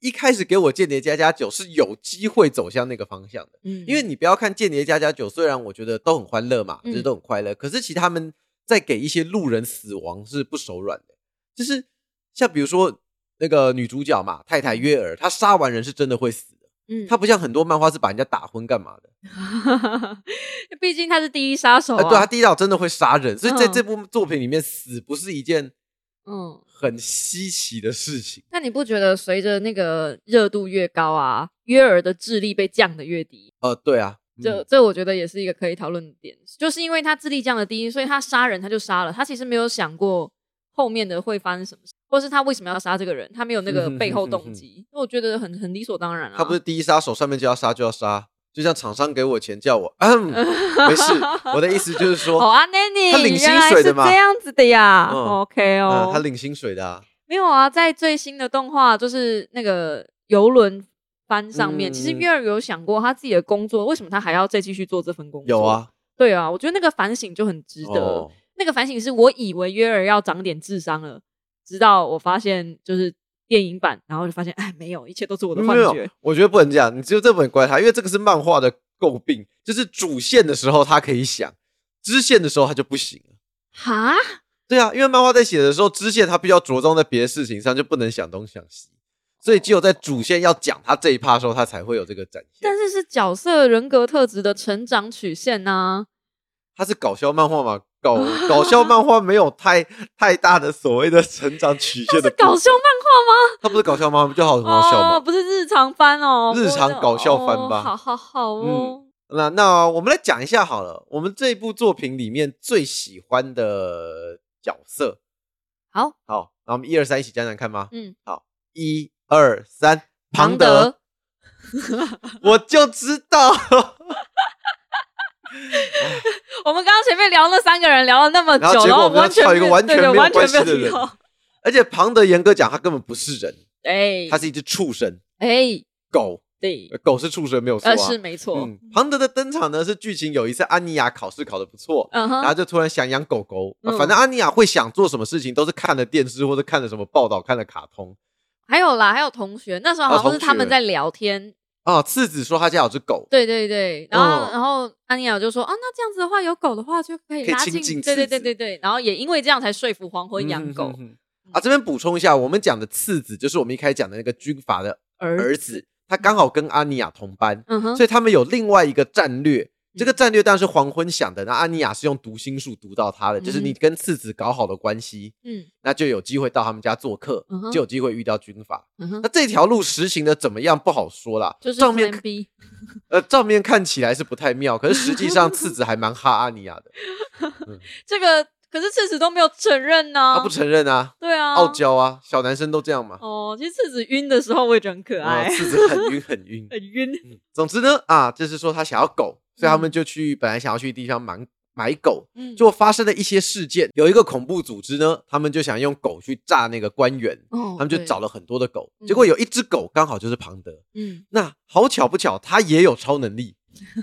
[SPEAKER 1] 一开始给我《间谍加加九》是有机会走向那个方向的，
[SPEAKER 2] 嗯，
[SPEAKER 1] 因为你不要看《间谍加加九》，虽然我觉得都很欢乐嘛，
[SPEAKER 2] 嗯
[SPEAKER 1] 就是都很快乐，可是其实他们在给一些路人死亡是不手软的，就是像比如说那个女主角嘛，太太约尔，她杀完人是真的会死的，
[SPEAKER 2] 嗯，
[SPEAKER 1] 她不像很多漫画是把人家打昏干嘛的，
[SPEAKER 2] [LAUGHS] 毕竟他是第一杀手
[SPEAKER 1] 啊，对，她第一道真的会杀人，所以在
[SPEAKER 2] 哦嗯
[SPEAKER 1] 这部作品里面，死不是一件
[SPEAKER 2] 嗯，
[SPEAKER 1] 很稀奇的事情。
[SPEAKER 2] 那你不觉得随着那个热度越高啊，约尔的智力被降的越低？
[SPEAKER 1] 呃，对啊，嗯
[SPEAKER 2] 这、这我觉得也是一个可以讨论的点，就是因为他智力降的低，所以他杀人他就杀了，他其实没有想过后面的会发生什么事，或是他为什么要杀这个人，他没有那个背后动
[SPEAKER 1] [LAUGHS]
[SPEAKER 2] 机，那我觉得很很理所当然啊。
[SPEAKER 1] 他不是第一杀手，上面就要杀就要杀，就像厂商给我钱叫我，嗯，没
[SPEAKER 2] [LAUGHS]
[SPEAKER 1] 事，我的意思就是说，
[SPEAKER 2] 哦啊，那你
[SPEAKER 1] 他领薪
[SPEAKER 2] 原来
[SPEAKER 1] 水
[SPEAKER 2] 是
[SPEAKER 1] 的嘛
[SPEAKER 2] 这样子的呀、
[SPEAKER 1] 嗯
[SPEAKER 2] OK 哦、
[SPEAKER 1] 嗯，他领薪水的、啊，
[SPEAKER 2] 没有啊，在最新的动画就是那个游轮帆上
[SPEAKER 1] 嗯
[SPEAKER 2] 面，其实月儿有想过他自己的工作，为什么他还要再继续做这份工作？
[SPEAKER 1] 有，啊，
[SPEAKER 2] 对啊，我觉得那个反省就很值得。
[SPEAKER 1] 哦
[SPEAKER 2] 那个反省是我以为约尔要长点智商了，直到我发现就是电影版，然后就发现哎，没有，一切都是我的幻
[SPEAKER 1] 没有
[SPEAKER 2] 觉。，
[SPEAKER 1] 我觉得不能这样，你只有这本怪他，因为这个是漫画的诟病，就是主线的时候他可以想，支线的时候他就不行了。
[SPEAKER 2] 哈，
[SPEAKER 1] 对啊，因为漫画在写的时候，支线它必须要着重在别的事情上，就不能想东想西，所以只有在主线要讲它这一趴的时候，它才会有这个展现
[SPEAKER 2] 但。是是角色人格特质的成长曲线啊呐、
[SPEAKER 1] 它是搞笑漫画嘛？ [LAUGHS] 搞搞笑漫画没有太太大的所谓的成长曲线 [LAUGHS] 的
[SPEAKER 2] 是
[SPEAKER 1] 部分，
[SPEAKER 2] 搞笑漫
[SPEAKER 1] 它不是搞笑漫画，不就好很
[SPEAKER 2] 画吗
[SPEAKER 1] 好？笑
[SPEAKER 2] 哦，
[SPEAKER 1] 吗？
[SPEAKER 2] 不是日常番哦，
[SPEAKER 1] 日常搞笑番吧嗯
[SPEAKER 2] 哦好好好哦，
[SPEAKER 1] 那那我们来讲一下好了，我们这部作品里面最喜欢的角色，
[SPEAKER 2] 好，
[SPEAKER 1] 好，那我们一二三一起讲讲看吗？
[SPEAKER 2] 嗯，
[SPEAKER 1] 一二三，庞德
[SPEAKER 2] 德，
[SPEAKER 1] 我就知
[SPEAKER 2] [LAUGHS]
[SPEAKER 1] 道，
[SPEAKER 2] 我们刚刚前面聊那三个人聊了那么
[SPEAKER 1] 然后
[SPEAKER 2] 久，
[SPEAKER 1] 结
[SPEAKER 2] 然
[SPEAKER 1] 果
[SPEAKER 2] 后
[SPEAKER 1] 我们要
[SPEAKER 2] 完全
[SPEAKER 1] 跳一个完全
[SPEAKER 2] 对对
[SPEAKER 1] 没有
[SPEAKER 2] 完
[SPEAKER 1] 关
[SPEAKER 2] 全
[SPEAKER 1] 系
[SPEAKER 2] 没
[SPEAKER 1] 的
[SPEAKER 2] 有提
[SPEAKER 1] 人
[SPEAKER 2] 到，
[SPEAKER 1] 而且庞德严格讲，他根本不是人，
[SPEAKER 2] [LAUGHS] 哎，
[SPEAKER 1] 他是一只畜生，
[SPEAKER 2] 哎，
[SPEAKER 1] 狗，
[SPEAKER 2] 对
[SPEAKER 1] 呃，狗是畜生没有错啊。
[SPEAKER 2] 呃，是没错，
[SPEAKER 1] 嗯，庞德的登场呢是剧情有一次安妮亚考试考得不错，
[SPEAKER 2] 嗯
[SPEAKER 1] 然后
[SPEAKER 2] 哼，
[SPEAKER 1] 就突然想养狗狗，啊
[SPEAKER 2] 嗯
[SPEAKER 1] 反正安妮亚会想做什么事情都是看了电视或者看了什么报道、看了卡通
[SPEAKER 2] 还有啦，还有同学，那时候
[SPEAKER 1] 哦
[SPEAKER 2] 好像是他们在聊天，
[SPEAKER 1] 啊。次子说他家有只狗，
[SPEAKER 2] 对对对，然后、
[SPEAKER 1] 嗯
[SPEAKER 2] 然后安妮尔就说啊，那这样子的话，有狗的话就可以
[SPEAKER 1] 可以
[SPEAKER 2] 拉
[SPEAKER 1] 亲
[SPEAKER 2] 近，
[SPEAKER 1] 近
[SPEAKER 2] 对对
[SPEAKER 1] 刺
[SPEAKER 2] 对
[SPEAKER 1] 激
[SPEAKER 2] 对对，然后也因为这样才说服黄昏养狗、
[SPEAKER 1] 嗯哼哼哼啊。这边补充一下，我们讲的次子就是我们一开始讲的那个军阀的儿
[SPEAKER 2] 儿
[SPEAKER 1] 子，他刚好跟安妮亚同班，
[SPEAKER 2] 嗯哼，
[SPEAKER 1] 所以他们有另外一个战略。这个战略当然是黄昏想的，那安妮亚是用读心术读到他的，就是
[SPEAKER 2] 嗯
[SPEAKER 1] 你跟次子搞好了关系，
[SPEAKER 2] 嗯
[SPEAKER 1] 那就有机会到他们家做客
[SPEAKER 2] 嗯，哼
[SPEAKER 1] 就有机会遇到军阀。
[SPEAKER 2] 嗯
[SPEAKER 1] 那
[SPEAKER 2] 哼，
[SPEAKER 1] 这条路实行的怎么样不好说啦，
[SPEAKER 2] 就是
[SPEAKER 1] 账面
[SPEAKER 2] Plan B，
[SPEAKER 1] 呃账面看起来是不太妙，可是实际上次子还蛮哈安妮亚
[SPEAKER 2] [LAUGHS]
[SPEAKER 1] 的，
[SPEAKER 2] 这个可是赤子都没有承认呢、
[SPEAKER 1] 他不承认啊，
[SPEAKER 2] 对啊，
[SPEAKER 1] 傲娇啊，小男生都这样嘛。
[SPEAKER 2] 哦，其实赤子晕的时候我也觉得很可爱，。
[SPEAKER 1] 啊次子很晕很晕
[SPEAKER 2] [LAUGHS] 哎很晕，
[SPEAKER 1] 嗯总之呢，啊，就是说他想要狗，所以他们
[SPEAKER 2] 嗯
[SPEAKER 1] 就去本来想要去地方买买狗，
[SPEAKER 2] 嗯，
[SPEAKER 1] 就发生了一些事件。有一个恐怖组织呢，他们就想用狗去炸那个官员，
[SPEAKER 2] 哦
[SPEAKER 1] 他们就
[SPEAKER 2] 对
[SPEAKER 1] 找了很多的狗，
[SPEAKER 2] 嗯
[SPEAKER 1] 结果有一只狗刚好就是庞德。
[SPEAKER 2] 嗯。
[SPEAKER 1] 那好巧不巧，他也有超能力，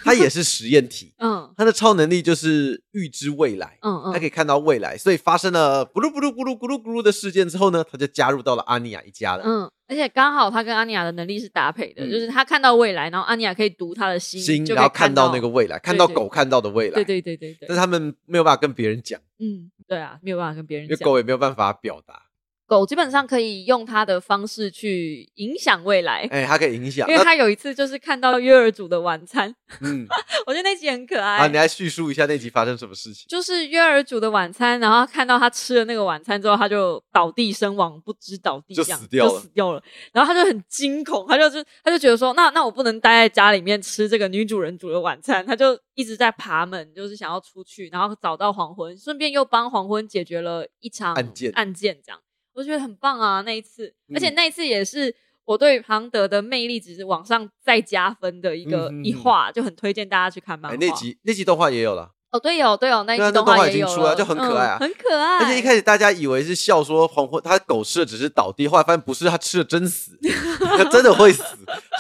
[SPEAKER 1] 他也是实验体
[SPEAKER 2] 嗯
[SPEAKER 1] 他的超能力就是预知未来，
[SPEAKER 2] 嗯嗯，
[SPEAKER 1] 他可以看到未来，所以发生了咕噜咕噜咕噜咕噜咕噜的事件之后呢，他就加入到了阿尼亚一家了。
[SPEAKER 2] 嗯，而且刚好他跟安妮亚的能力是搭配的，
[SPEAKER 1] 嗯
[SPEAKER 2] 就是他看到未来，然后安妮亚可以读他的心，
[SPEAKER 1] 心，
[SPEAKER 2] 就
[SPEAKER 1] 然
[SPEAKER 2] 可以
[SPEAKER 1] 后看
[SPEAKER 2] 到
[SPEAKER 1] 到那个未来，看
[SPEAKER 2] 对
[SPEAKER 1] 到
[SPEAKER 2] 对
[SPEAKER 1] 狗看到的未来。
[SPEAKER 2] 对对对对对
[SPEAKER 1] 但，是他们没有办法跟别人讲，
[SPEAKER 2] 嗯，对啊，没有办法跟别人
[SPEAKER 1] 因为
[SPEAKER 2] 讲。
[SPEAKER 1] 狗也没有办法表达。
[SPEAKER 2] 狗基本上可以用它的方式去影响未来，
[SPEAKER 1] 哎，它可以影响。
[SPEAKER 2] 因为
[SPEAKER 1] 那
[SPEAKER 2] 它有一次就是看到约尔组的晚餐， [LAUGHS]
[SPEAKER 1] 嗯，
[SPEAKER 2] 我觉得那集很可爱。
[SPEAKER 1] 啊，你来叙述一下那集发生什么事情？
[SPEAKER 2] 就是约尔煮的晚餐，然后看到他吃了那个晚餐之后，他就倒地身亡，不知倒地
[SPEAKER 1] 就
[SPEAKER 2] 这样
[SPEAKER 1] 死掉了
[SPEAKER 2] 就死掉了。然后他就很惊恐，他就就他就觉得说，那那我不能待在家里面吃这个女主人煮的晚餐，他就一直在爬门，就是想要出去，然后找到黄昏，顺便又帮黄昏解决了一场
[SPEAKER 1] 案件
[SPEAKER 2] 案件这样，我觉得很棒啊那一次，
[SPEAKER 1] 嗯
[SPEAKER 2] 而且那一次也是。我对庞德的魅力只是往上再加分的一个、
[SPEAKER 1] 嗯哼
[SPEAKER 2] 一
[SPEAKER 1] 哼
[SPEAKER 2] 画，就很推荐大家去看漫画。
[SPEAKER 1] 哎，那集那集动画也有了，
[SPEAKER 2] 哦，对哦，对哦，那一
[SPEAKER 1] 对啊那
[SPEAKER 2] 集动
[SPEAKER 1] 动画
[SPEAKER 2] 画
[SPEAKER 1] 已
[SPEAKER 2] 也
[SPEAKER 1] 经
[SPEAKER 2] 有
[SPEAKER 1] 出了
[SPEAKER 2] 了，
[SPEAKER 1] 就很可爱啊
[SPEAKER 2] 嗯很可爱。
[SPEAKER 1] 而且一开始大家以为是笑说黄昏，他狗吃了只是倒地，后来发现不是，他吃了真
[SPEAKER 2] [LAUGHS]
[SPEAKER 1] 死，他真的会死，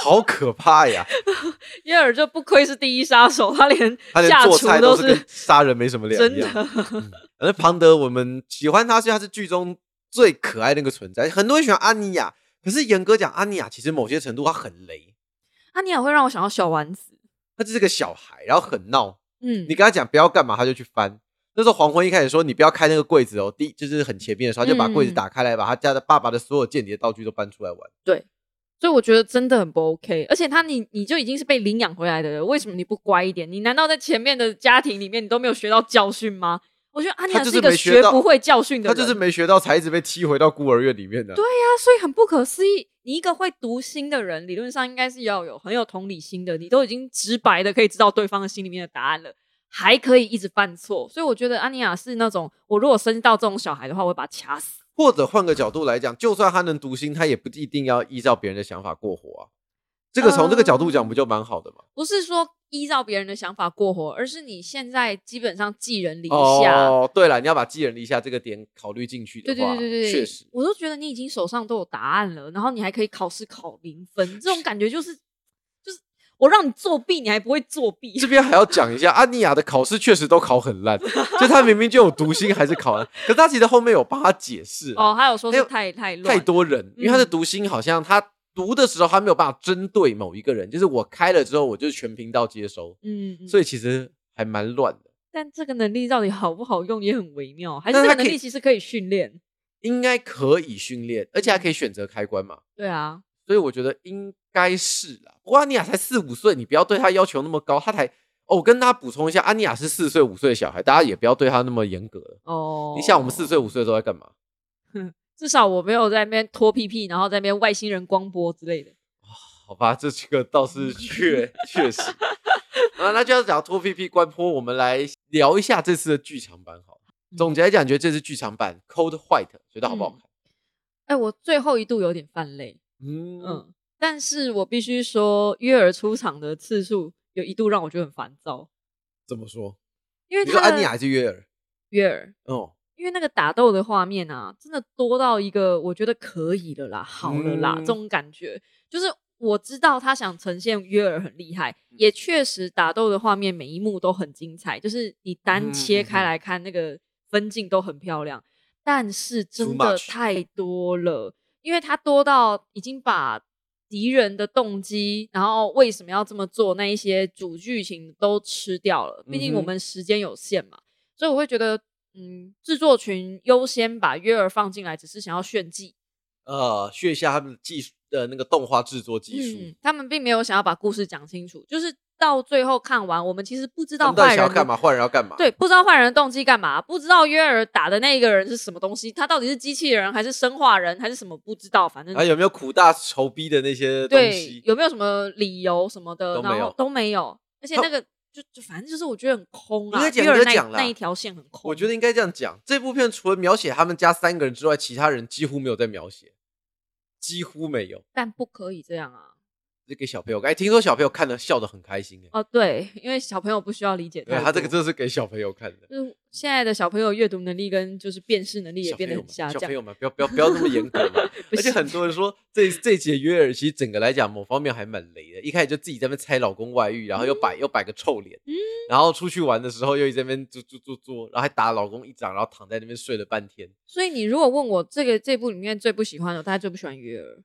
[SPEAKER 1] 好可怕呀！
[SPEAKER 2] 耶尔就不愧是第一杀手，他连
[SPEAKER 1] [LAUGHS] 他连
[SPEAKER 2] 下
[SPEAKER 1] 做
[SPEAKER 2] 厨
[SPEAKER 1] 菜都
[SPEAKER 2] 都
[SPEAKER 1] 是跟杀人没什
[SPEAKER 2] [LAUGHS]
[SPEAKER 1] 么两
[SPEAKER 2] 真
[SPEAKER 1] 样。
[SPEAKER 2] 的。
[SPEAKER 1] 反正庞德，我们喜欢他，是因为他是剧中最可爱的那个存在。很多人喜欢安妮亚，可是严格讲，安妮亚其实某些程度她很雷，
[SPEAKER 2] 安妮亚啊会让我想到小丸子，
[SPEAKER 1] 她就是个小孩，然后很闹。
[SPEAKER 2] 嗯
[SPEAKER 1] 你，跟他讲不要干嘛，他就去翻。那时候黄昏一开始说你不要开那个柜子哦，第就是很前面的时候，他就把柜子打开来，把他家的爸爸的所有间谍道具都搬出来玩。
[SPEAKER 2] 所以我觉得真的很不 OK。而且他你你就已经是被领养回来的人，为什么你不乖一点？你难道在前面的家庭里面你都没有学到教训吗？我觉得安妮
[SPEAKER 1] 他
[SPEAKER 2] 亚
[SPEAKER 1] 就是
[SPEAKER 2] 一个
[SPEAKER 1] 没学
[SPEAKER 2] 学
[SPEAKER 1] 到
[SPEAKER 2] 不会教训的
[SPEAKER 1] 他
[SPEAKER 2] 人，
[SPEAKER 1] 就是没学到，才一直被踢回到孤儿院里面的。对，
[SPEAKER 2] 啊，所以很不可思议。你一个会读心的人，理论上应该是要有很有同理心的，你都已经直白的可以知道对方的心里面的答案了，还可以一直犯错。所以我觉得安妮亚是那种，我如果生到这种小孩的话，我会把他掐死。
[SPEAKER 1] 或者换个角度来讲，就算他能读心，他也不一定要依照别人的想法过活啊。这个从这个角度讲，不就蛮好的吗？
[SPEAKER 2] 不是说依照别人的想法过活，而是你现在基本上寄人篱下。
[SPEAKER 1] 哦，对了，你要把寄人篱下这个点考虑进去的
[SPEAKER 2] 对对
[SPEAKER 1] 话，
[SPEAKER 2] 对对对，
[SPEAKER 1] 确实，
[SPEAKER 2] 我都觉得你已经手上都有答案了，然后你还可以考试考零分，这种感觉就是就是我让你作弊，你还不会作弊，
[SPEAKER 1] 这边还要讲一下，安妮亚的考试确实都考很烂，就她明明就有读心，还是考烂。可是她其实后面有帮她解释啊、
[SPEAKER 2] 哦，还有说
[SPEAKER 1] 还
[SPEAKER 2] 是
[SPEAKER 1] 有
[SPEAKER 2] 太太乱嗯
[SPEAKER 1] 太
[SPEAKER 2] 了，
[SPEAKER 1] 多人，因为她的读心好像她读的时候，她没有办法针对某一个人，就是我开了之后，我就是全频道接收，
[SPEAKER 2] 嗯，嗯
[SPEAKER 1] 所以其实还蛮乱的。
[SPEAKER 2] 但这个能力到底好不好用也很微妙，还是
[SPEAKER 1] 但是
[SPEAKER 2] 这个
[SPEAKER 1] 它
[SPEAKER 2] 能
[SPEAKER 1] 可以
[SPEAKER 2] 力其实可以训练？
[SPEAKER 1] 应该可以训练，而且还可以选择开关嘛，
[SPEAKER 2] 对啊，
[SPEAKER 1] 所以我觉得应该是啦。不过安妮亚才四五岁，你不要对她要求那么高，她才哦，我跟大家补充一下，安妮亚是四岁五岁的小孩，大家也不要对她那么严格了。
[SPEAKER 2] 哦，
[SPEAKER 1] 你想我们四岁，五岁的时候在干嘛？
[SPEAKER 2] 至少我没有在那边拖屁屁，然后在那边外星人光波之类的。
[SPEAKER 1] 好吧，这几个倒是确确实啊，那就要讲脱屁屁关坡，我们来聊一下这次的剧场版好了。
[SPEAKER 2] 嗯
[SPEAKER 1] 总结来讲，你觉得这次剧场版《Cold White》觉得好不好看？
[SPEAKER 2] 哎、我最后一度有点犯累，
[SPEAKER 1] 嗯，
[SPEAKER 2] 嗯，但是我必须说，约尔出场的次数有一度让我觉得很烦躁，
[SPEAKER 1] 怎么说？
[SPEAKER 2] 因为
[SPEAKER 1] 你说
[SPEAKER 2] 他
[SPEAKER 1] 安妮
[SPEAKER 2] 的
[SPEAKER 1] 还是约尔？
[SPEAKER 2] 约尔，
[SPEAKER 1] 哦，
[SPEAKER 2] 因为那个打斗的画面啊，真的多到一个我觉得可以了啦，好了啦，
[SPEAKER 1] 嗯
[SPEAKER 2] 这种感觉就是我知道他想呈现约尔很厉害，
[SPEAKER 1] 嗯
[SPEAKER 2] 也确实打斗的画面每一幕都很精彩，就是你
[SPEAKER 1] 嗯
[SPEAKER 2] 单切开来看那个分镜都很漂亮，但是真
[SPEAKER 1] Too
[SPEAKER 2] 的
[SPEAKER 1] much
[SPEAKER 2] 太多了，因为它多到已经把敌人的动机，然后为什么要这么做，那一些主剧情都吃掉了。毕竟
[SPEAKER 1] 嗯哼
[SPEAKER 2] 我们时间有限嘛，所以我会觉得，嗯，制作群优先把约儿放进来，只是想要炫技。
[SPEAKER 1] 呃，学一下他们的技术呃的那个动画制作技术。
[SPEAKER 2] 嗯，他们并没有想要把故事讲清楚，就是到最后看完，我们其实不知
[SPEAKER 1] 他
[SPEAKER 2] 道
[SPEAKER 1] 们到底
[SPEAKER 2] 坏
[SPEAKER 1] 想
[SPEAKER 2] 人
[SPEAKER 1] 要
[SPEAKER 2] 的
[SPEAKER 1] 干嘛？坏人要干嘛？
[SPEAKER 2] 对，不知道坏人的动机干嘛，不知道约儿打的那个人是什么东西，他到底是机器人还是生化人还是什么，不知道，反正
[SPEAKER 1] 啊，有没有苦大仇逼的那些东
[SPEAKER 2] 对
[SPEAKER 1] 西，？
[SPEAKER 2] 有没有什么理由什么的，
[SPEAKER 1] 都
[SPEAKER 2] 然
[SPEAKER 1] 没
[SPEAKER 2] 后
[SPEAKER 1] 有
[SPEAKER 2] 都没有，而且
[SPEAKER 1] 他
[SPEAKER 2] 那个就就反正就是我觉得很空
[SPEAKER 1] 应
[SPEAKER 2] 啊，
[SPEAKER 1] 该讲
[SPEAKER 2] 约尔
[SPEAKER 1] 应
[SPEAKER 2] 那
[SPEAKER 1] 该
[SPEAKER 2] 一
[SPEAKER 1] 讲啦
[SPEAKER 2] 那一条线很空，
[SPEAKER 1] 我觉得应该这样讲，这部片除了描写他们家三个人之外，其他人几乎没有在描写，几乎没有。
[SPEAKER 2] 但不可以这样啊，
[SPEAKER 1] 这给小朋友看，哎，听说小朋友看了笑得很开心，哎，
[SPEAKER 2] 哦对，因为小朋友不需要理解太
[SPEAKER 1] 对
[SPEAKER 2] 多，
[SPEAKER 1] 他这个真的是给小朋友看的，
[SPEAKER 2] 就是现在的小朋友阅读能力跟就是辨识能力也
[SPEAKER 1] 小
[SPEAKER 2] 变
[SPEAKER 1] 朋
[SPEAKER 2] 得
[SPEAKER 1] 友
[SPEAKER 2] 很下
[SPEAKER 1] 们，小
[SPEAKER 2] 降
[SPEAKER 1] 朋，友们不要不要不要那么严格嘛。[LAUGHS]
[SPEAKER 2] 不
[SPEAKER 1] 而且
[SPEAKER 2] 行 [LAUGHS]
[SPEAKER 1] 很多人说这这一节约尔其实整个来讲某方面还蛮雷的，一开始就自己在那边猜老公外遇，然后又摆、又摆个臭脸，
[SPEAKER 2] 嗯
[SPEAKER 1] 然后出去玩的时候又在那边做做做做，然后还打老公一掌，然后躺在那边睡了半天。
[SPEAKER 2] 所以你如果问我这个这部里面最不喜欢的，我大家最不喜欢约儿，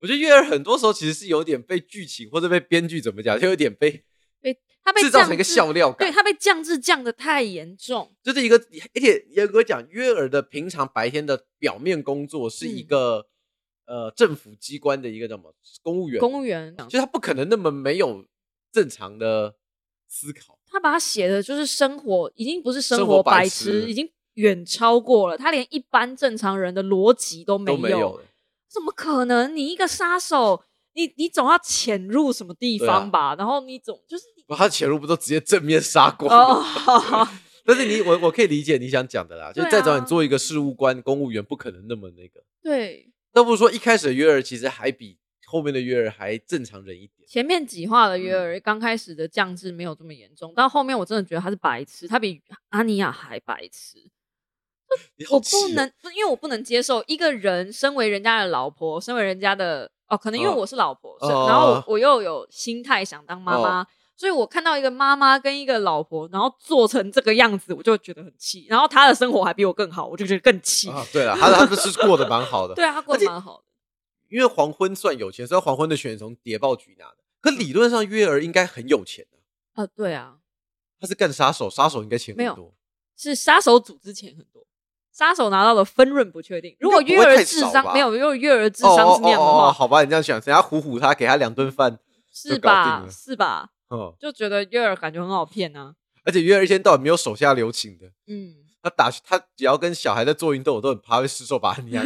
[SPEAKER 1] 我觉得约尔很多时候其实是有点被剧情或者被编剧怎么讲，就有点被
[SPEAKER 2] 被他被
[SPEAKER 1] 制造
[SPEAKER 2] 降
[SPEAKER 1] 成一个
[SPEAKER 2] 智
[SPEAKER 1] 笑料感
[SPEAKER 2] 对。他被降智降的太严重，
[SPEAKER 1] 就是一个，而且严格讲，约尔的平常白天的表面工作是一
[SPEAKER 2] 嗯
[SPEAKER 1] 个、呃政府机关的一个什么公务员，
[SPEAKER 2] 公务员
[SPEAKER 1] 就他不可能那么没有正常的思考。
[SPEAKER 2] 他把它写的就是生活，已经不是生
[SPEAKER 1] 生
[SPEAKER 2] 活
[SPEAKER 1] 活白
[SPEAKER 2] 白
[SPEAKER 1] 痴
[SPEAKER 2] 痴，已经远超过了他连一般正常人的逻辑都没
[SPEAKER 1] 都没有了，欸
[SPEAKER 2] 怎么可能？你一个杀手，你你总要潜入什么地
[SPEAKER 1] 对
[SPEAKER 2] 方
[SPEAKER 1] 啊
[SPEAKER 2] 吧？然后你总就是你
[SPEAKER 1] 不，他潜入不都直接正面杀光了
[SPEAKER 2] 哦，
[SPEAKER 1] [LAUGHS] 但是你我我可以理解你想讲的啦，就
[SPEAKER 2] 对
[SPEAKER 1] 是再找
[SPEAKER 2] 啊
[SPEAKER 1] 你做一个事务官、公务员，不可能那么那个。
[SPEAKER 2] [LAUGHS] 对，
[SPEAKER 1] 倒不如说一开始的约尔其实还比后面的约尔还正常人一点。
[SPEAKER 2] 前面几话的约尔刚开始的降智没有这么严重，到后面我真的觉得他是白痴，他比阿尼亚还白痴。
[SPEAKER 1] 你好
[SPEAKER 2] 我
[SPEAKER 1] 气哦
[SPEAKER 2] 不能，不因为我不能接受一个人身为人家的老婆，身为人家的哦，可能因为
[SPEAKER 1] 嗯
[SPEAKER 2] 我是老婆，是
[SPEAKER 1] 哦
[SPEAKER 2] 然后我我又有心态想当妈妈，
[SPEAKER 1] 哦
[SPEAKER 2] 所以我看到一个妈妈跟一个老婆，然后做成这个样子，我就觉得很气。然后她的生活还比我更好，我就觉得更气。
[SPEAKER 1] 啊！对了，他他们是过得蛮好的，
[SPEAKER 2] [LAUGHS] 对啊，她过得蛮好的，
[SPEAKER 1] 因为黄昏算有钱，所以黄昏的钱从谍报局拿的。可理论上约尔应该很有钱的、
[SPEAKER 2] 啊、对啊，
[SPEAKER 1] 他是干杀手，杀手应该钱
[SPEAKER 2] 没
[SPEAKER 1] 很
[SPEAKER 2] 有
[SPEAKER 1] 多。
[SPEAKER 2] 是杀手组之前很多。杀手拿到的分润不确定，如果
[SPEAKER 1] 应该
[SPEAKER 2] 约
[SPEAKER 1] 不会
[SPEAKER 2] 儿
[SPEAKER 1] 太
[SPEAKER 2] 智
[SPEAKER 1] 少
[SPEAKER 2] 商
[SPEAKER 1] 吧
[SPEAKER 2] 没有，如果约儿智商是那样的话，
[SPEAKER 1] 哦哦哦哦好吧，你这样想，人家唬唬他，给他两顿饭，
[SPEAKER 2] 是
[SPEAKER 1] 就搞定
[SPEAKER 2] 吧？
[SPEAKER 1] 了
[SPEAKER 2] 是吧？
[SPEAKER 1] 嗯，
[SPEAKER 2] 就觉得约儿感觉很好骗啊。
[SPEAKER 1] 而且约尔一天到晚没有手下留情的，
[SPEAKER 2] 嗯，
[SPEAKER 1] 他打他只要跟小孩在做运动，我都很怕会失手把你
[SPEAKER 2] [LAUGHS]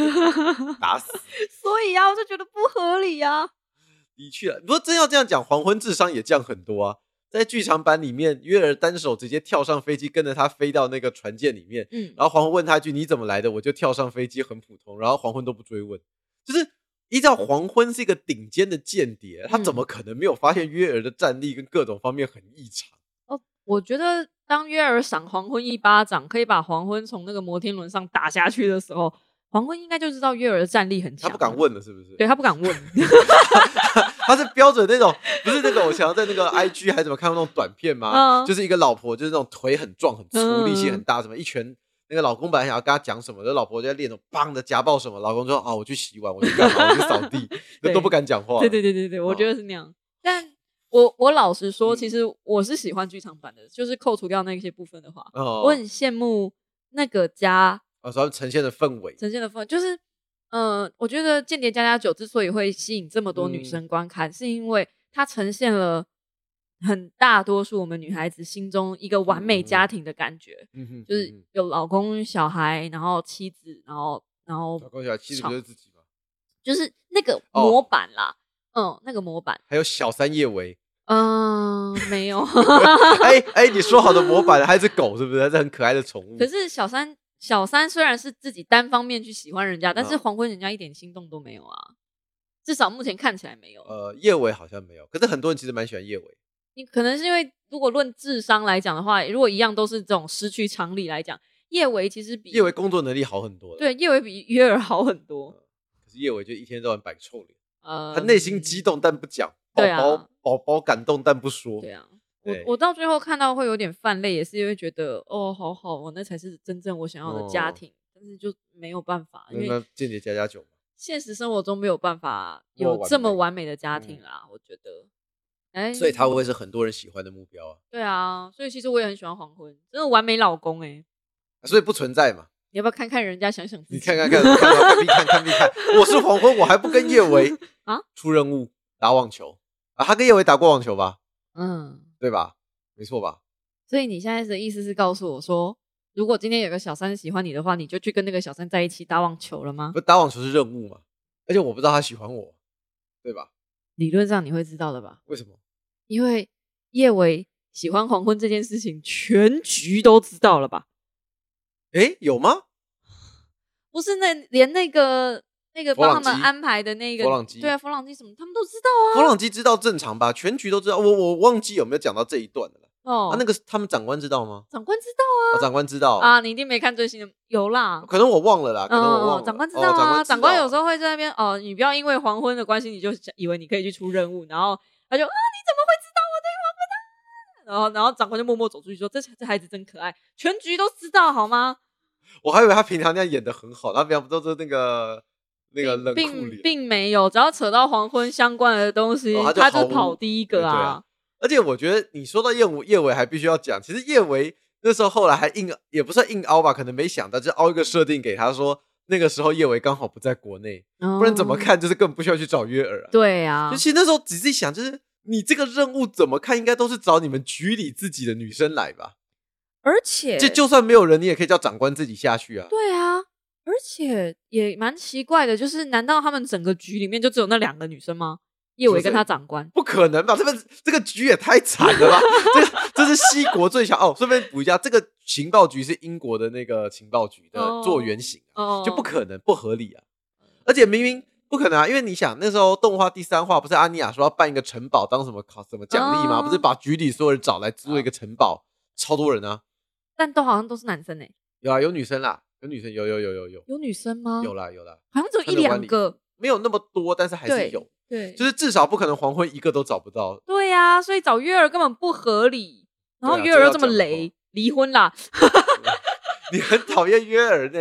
[SPEAKER 1] 打死。
[SPEAKER 2] 所以啊，我就觉得不合理啊。
[SPEAKER 1] 的确啊，不过真要这样讲，黄昏智商也降很多啊。在剧场版里面，约尔单手直接跳上飞机，跟着他飞到那个船舰里面，
[SPEAKER 2] 嗯，
[SPEAKER 1] 然后黄昏问他一句：“你怎么来的？”我就跳上飞机，很普通。然后黄昏都不追问，就是依照黄昏是一个顶尖的间谍，他怎
[SPEAKER 2] 嗯
[SPEAKER 1] 么可能没有发现约尔的战力跟各种方面很异常？
[SPEAKER 2] 我觉得当约尔赏黄昏一巴掌，可以把黄昏从那个摩天轮上打下去的时候，黄昏应该就知道约尔的战力很强，
[SPEAKER 1] 他不敢，问了，是不 [LAUGHS] 是？
[SPEAKER 2] 对他不敢问。
[SPEAKER 1] [LAUGHS] 他是标准那种，不是那种我想要在那
[SPEAKER 2] [LAUGHS]
[SPEAKER 1] 个 IG 还怎么看过那种短片吗？
[SPEAKER 2] 嗯
[SPEAKER 1] 就是一个老婆，就是那种腿很壮、很
[SPEAKER 2] 嗯
[SPEAKER 1] 粗、力气很大，什么一拳。那个老公本来想要跟他讲什么，那老婆就在练那种砰的家暴什么，老公说
[SPEAKER 2] 嗯
[SPEAKER 1] 啊我去洗碗，我去干嘛，我去扫地，那
[SPEAKER 2] 对
[SPEAKER 1] 都不敢讲话。
[SPEAKER 2] 对对对对对，我
[SPEAKER 1] 哦
[SPEAKER 2] 觉得是那样。但我我老实说，
[SPEAKER 1] 嗯
[SPEAKER 2] 其实我是喜欢剧场版的，就是扣除掉那些部分的话，
[SPEAKER 1] 哦，
[SPEAKER 2] 我很羡慕那个家
[SPEAKER 1] 哦，所以他们呈现的氛围，
[SPEAKER 2] 呈现的氛围，就是，嗯、我觉得《间谍加加酒》之所以会吸引这么多女
[SPEAKER 1] 嗯
[SPEAKER 2] 生观看，是因为它呈现了很大多数我们女孩子心中一个完美家庭的感觉，
[SPEAKER 1] 嗯哼，
[SPEAKER 2] 就
[SPEAKER 1] 嗯
[SPEAKER 2] 是
[SPEAKER 1] 哼
[SPEAKER 2] 有老公、小孩，然后妻子，然后然后
[SPEAKER 1] 老公小孩妻子不就是自己吗？
[SPEAKER 2] 就是那个
[SPEAKER 1] 哦
[SPEAKER 2] 模板啦，嗯，那个模板，
[SPEAKER 1] 还有小三叶维， [LAUGHS]
[SPEAKER 2] 嗯、没有。
[SPEAKER 1] 哎哎，你说好的模板还是狗，是不是？还是很可爱的宠物。
[SPEAKER 2] 可是小三小三虽然是自己单方面去喜欢人家，但是
[SPEAKER 1] 嗯
[SPEAKER 2] 黄昏人家一点心动都没有啊，至少目前看起来没有。
[SPEAKER 1] 呃，叶维好像没有，可是很多人其实蛮喜欢叶维。
[SPEAKER 2] 你可能是因为如果论智商来讲的话，如果一样都是这种失去常理来讲，叶维其实比
[SPEAKER 1] 叶维工作能力好很多的，
[SPEAKER 2] 对叶维比约尔好很多。
[SPEAKER 1] [LAUGHS] 可是叶维就一天到晚摆臭脸，
[SPEAKER 2] 呃，
[SPEAKER 1] 他内心激动但不讲，宝
[SPEAKER 2] 对啊
[SPEAKER 1] 宝宝宝感动但不说。
[SPEAKER 2] 对啊。我
[SPEAKER 1] 对
[SPEAKER 2] 我到最后看到会有点泛泪，也是因为觉得哦，好好哦，那才是真正我想要的家
[SPEAKER 1] 哦
[SPEAKER 2] 庭，但是就没有办法，因
[SPEAKER 1] 那
[SPEAKER 2] 为
[SPEAKER 1] 那间谍加加酒嘛，
[SPEAKER 2] 现实生活中没有办法
[SPEAKER 1] 那么
[SPEAKER 2] 有这么
[SPEAKER 1] 完嗯
[SPEAKER 2] 完美的家庭啦，我觉得。哎、
[SPEAKER 1] 所以他会是很多人喜欢的目标啊，
[SPEAKER 2] 对啊，所以其实我也很喜欢黄昏，真的完美老公哎、
[SPEAKER 1] 所以不存在嘛。
[SPEAKER 2] 你要不要看看人家，想想自己？
[SPEAKER 1] 你看
[SPEAKER 2] [LAUGHS]
[SPEAKER 1] 看看，看看必看看必看，我是黄昏，我还不跟叶维
[SPEAKER 2] [LAUGHS] 啊
[SPEAKER 1] 出任务打网球啊？他跟叶维打过网球吧？
[SPEAKER 2] 嗯，
[SPEAKER 1] 对吧？没错吧？
[SPEAKER 2] 所以你现在的意思是告诉我说，如果今天有个小三喜欢你的话，你就去跟那个小三在一起打网球了吗
[SPEAKER 1] 不？打网球是任务嘛？而且我不知道他喜欢我，对吧？
[SPEAKER 2] 理论上你会知道的吧，
[SPEAKER 1] 为什么？
[SPEAKER 2] 因为叶维喜欢黄昏这件事情，全局都知道了吧？
[SPEAKER 1] 诶，有吗？
[SPEAKER 2] 不是那连那个那个帮他
[SPEAKER 1] 弗朗
[SPEAKER 2] 们
[SPEAKER 1] 基
[SPEAKER 2] 安排的那个
[SPEAKER 1] 弗朗基
[SPEAKER 2] 对啊，弗朗基什么他们都知道
[SPEAKER 1] 弗朗基知道正常吧？全局都知道。我我忘记有没有讲到这一段了啦。
[SPEAKER 2] 哦。
[SPEAKER 1] 啊，那个是他们长官知道吗？
[SPEAKER 2] 长官知
[SPEAKER 1] 哦，长官知道
[SPEAKER 2] 道啊，，你一定没看最新的，有啦。
[SPEAKER 1] 可能我忘了啊啦，可能我忘
[SPEAKER 2] 嗯，
[SPEAKER 1] 了。
[SPEAKER 2] 长官知
[SPEAKER 1] 哦
[SPEAKER 2] 道啊，
[SPEAKER 1] 长
[SPEAKER 2] 长
[SPEAKER 1] 官
[SPEAKER 2] 官
[SPEAKER 1] 知道
[SPEAKER 2] 有时候会在那边哦，你不要因为黄昏的关系，你就想以为你可以去出任务，然后他就啊，你怎么会知道我对黄昏的啊？然后，然后长官就默默走出去说：“这这孩子真可爱，全局都知道好吗
[SPEAKER 1] 我还以为他平常那样演的很好，他平常不都是那个那？”个冷酷
[SPEAKER 2] 并
[SPEAKER 1] 脸？
[SPEAKER 2] 并没有，只要扯到黄昏相关的东西，
[SPEAKER 1] 哦他就
[SPEAKER 2] 他
[SPEAKER 1] 毫
[SPEAKER 2] 就
[SPEAKER 1] 无
[SPEAKER 2] 跑第一个
[SPEAKER 1] 对
[SPEAKER 2] 啊
[SPEAKER 1] 啊。而且我觉得你说到叶伟，叶伟还必须要讲，其实叶伟那时候后来还硬也不算硬凹吧，可能没想到就凹一个设定给他说，那个时候叶伟刚好不在国内，
[SPEAKER 2] 不
[SPEAKER 1] 不然怎么？看就是根本不需要去找约尔啊。
[SPEAKER 2] 哦啊对啊
[SPEAKER 1] 就，其实那时候仔细想，就是你这个任务怎么看，应该都是找你们局里自己的女生来吧？
[SPEAKER 2] 而且
[SPEAKER 1] 就就算没有人，你也可以叫长官自己下去啊。
[SPEAKER 2] 对啊，而且也蛮奇怪的，就是难道他们整个局里面就只有那两个女生吗？叶
[SPEAKER 1] 就
[SPEAKER 2] 伟
[SPEAKER 1] 是
[SPEAKER 2] 跟他长官，
[SPEAKER 1] 不可能吧？这个这个局也太惨了吧！ [LAUGHS] 这个这是西国最强哦。顺便补一下，这个情报局是英国的那个情报局的
[SPEAKER 2] 哦
[SPEAKER 1] 做原型啊、
[SPEAKER 2] 哦，
[SPEAKER 1] 就不可能，不合理啊！而且明明不可能啊，因为你想那时候动画第三话不是安妮亚说要办一个城堡当什么考什么奖励吗？
[SPEAKER 2] 哦
[SPEAKER 1] 不是把局里所有人找来租一个城堡，超多人啊！
[SPEAKER 2] 但都好像都是男生诶、欸
[SPEAKER 1] 有啊，有女生啦，有女生，有有有有有
[SPEAKER 2] 有女生吗？
[SPEAKER 1] 有，啦有啦，
[SPEAKER 2] 好像只有
[SPEAKER 1] 穿
[SPEAKER 2] 一
[SPEAKER 1] 着晚
[SPEAKER 2] 两
[SPEAKER 1] 礼
[SPEAKER 2] 个。
[SPEAKER 1] 没有那么多，但是还是
[SPEAKER 2] 对
[SPEAKER 1] 有，
[SPEAKER 2] 对，
[SPEAKER 1] 就是至少不可能黄昏一个都找不到。
[SPEAKER 2] 对呀、所以找月儿根本不合理，然后
[SPEAKER 1] 对啊
[SPEAKER 2] 月儿
[SPEAKER 1] 这
[SPEAKER 2] 又
[SPEAKER 1] 要
[SPEAKER 2] 这么
[SPEAKER 1] 讲的
[SPEAKER 2] 雷，离婚啦。
[SPEAKER 1] 你很讨厌约尔呢，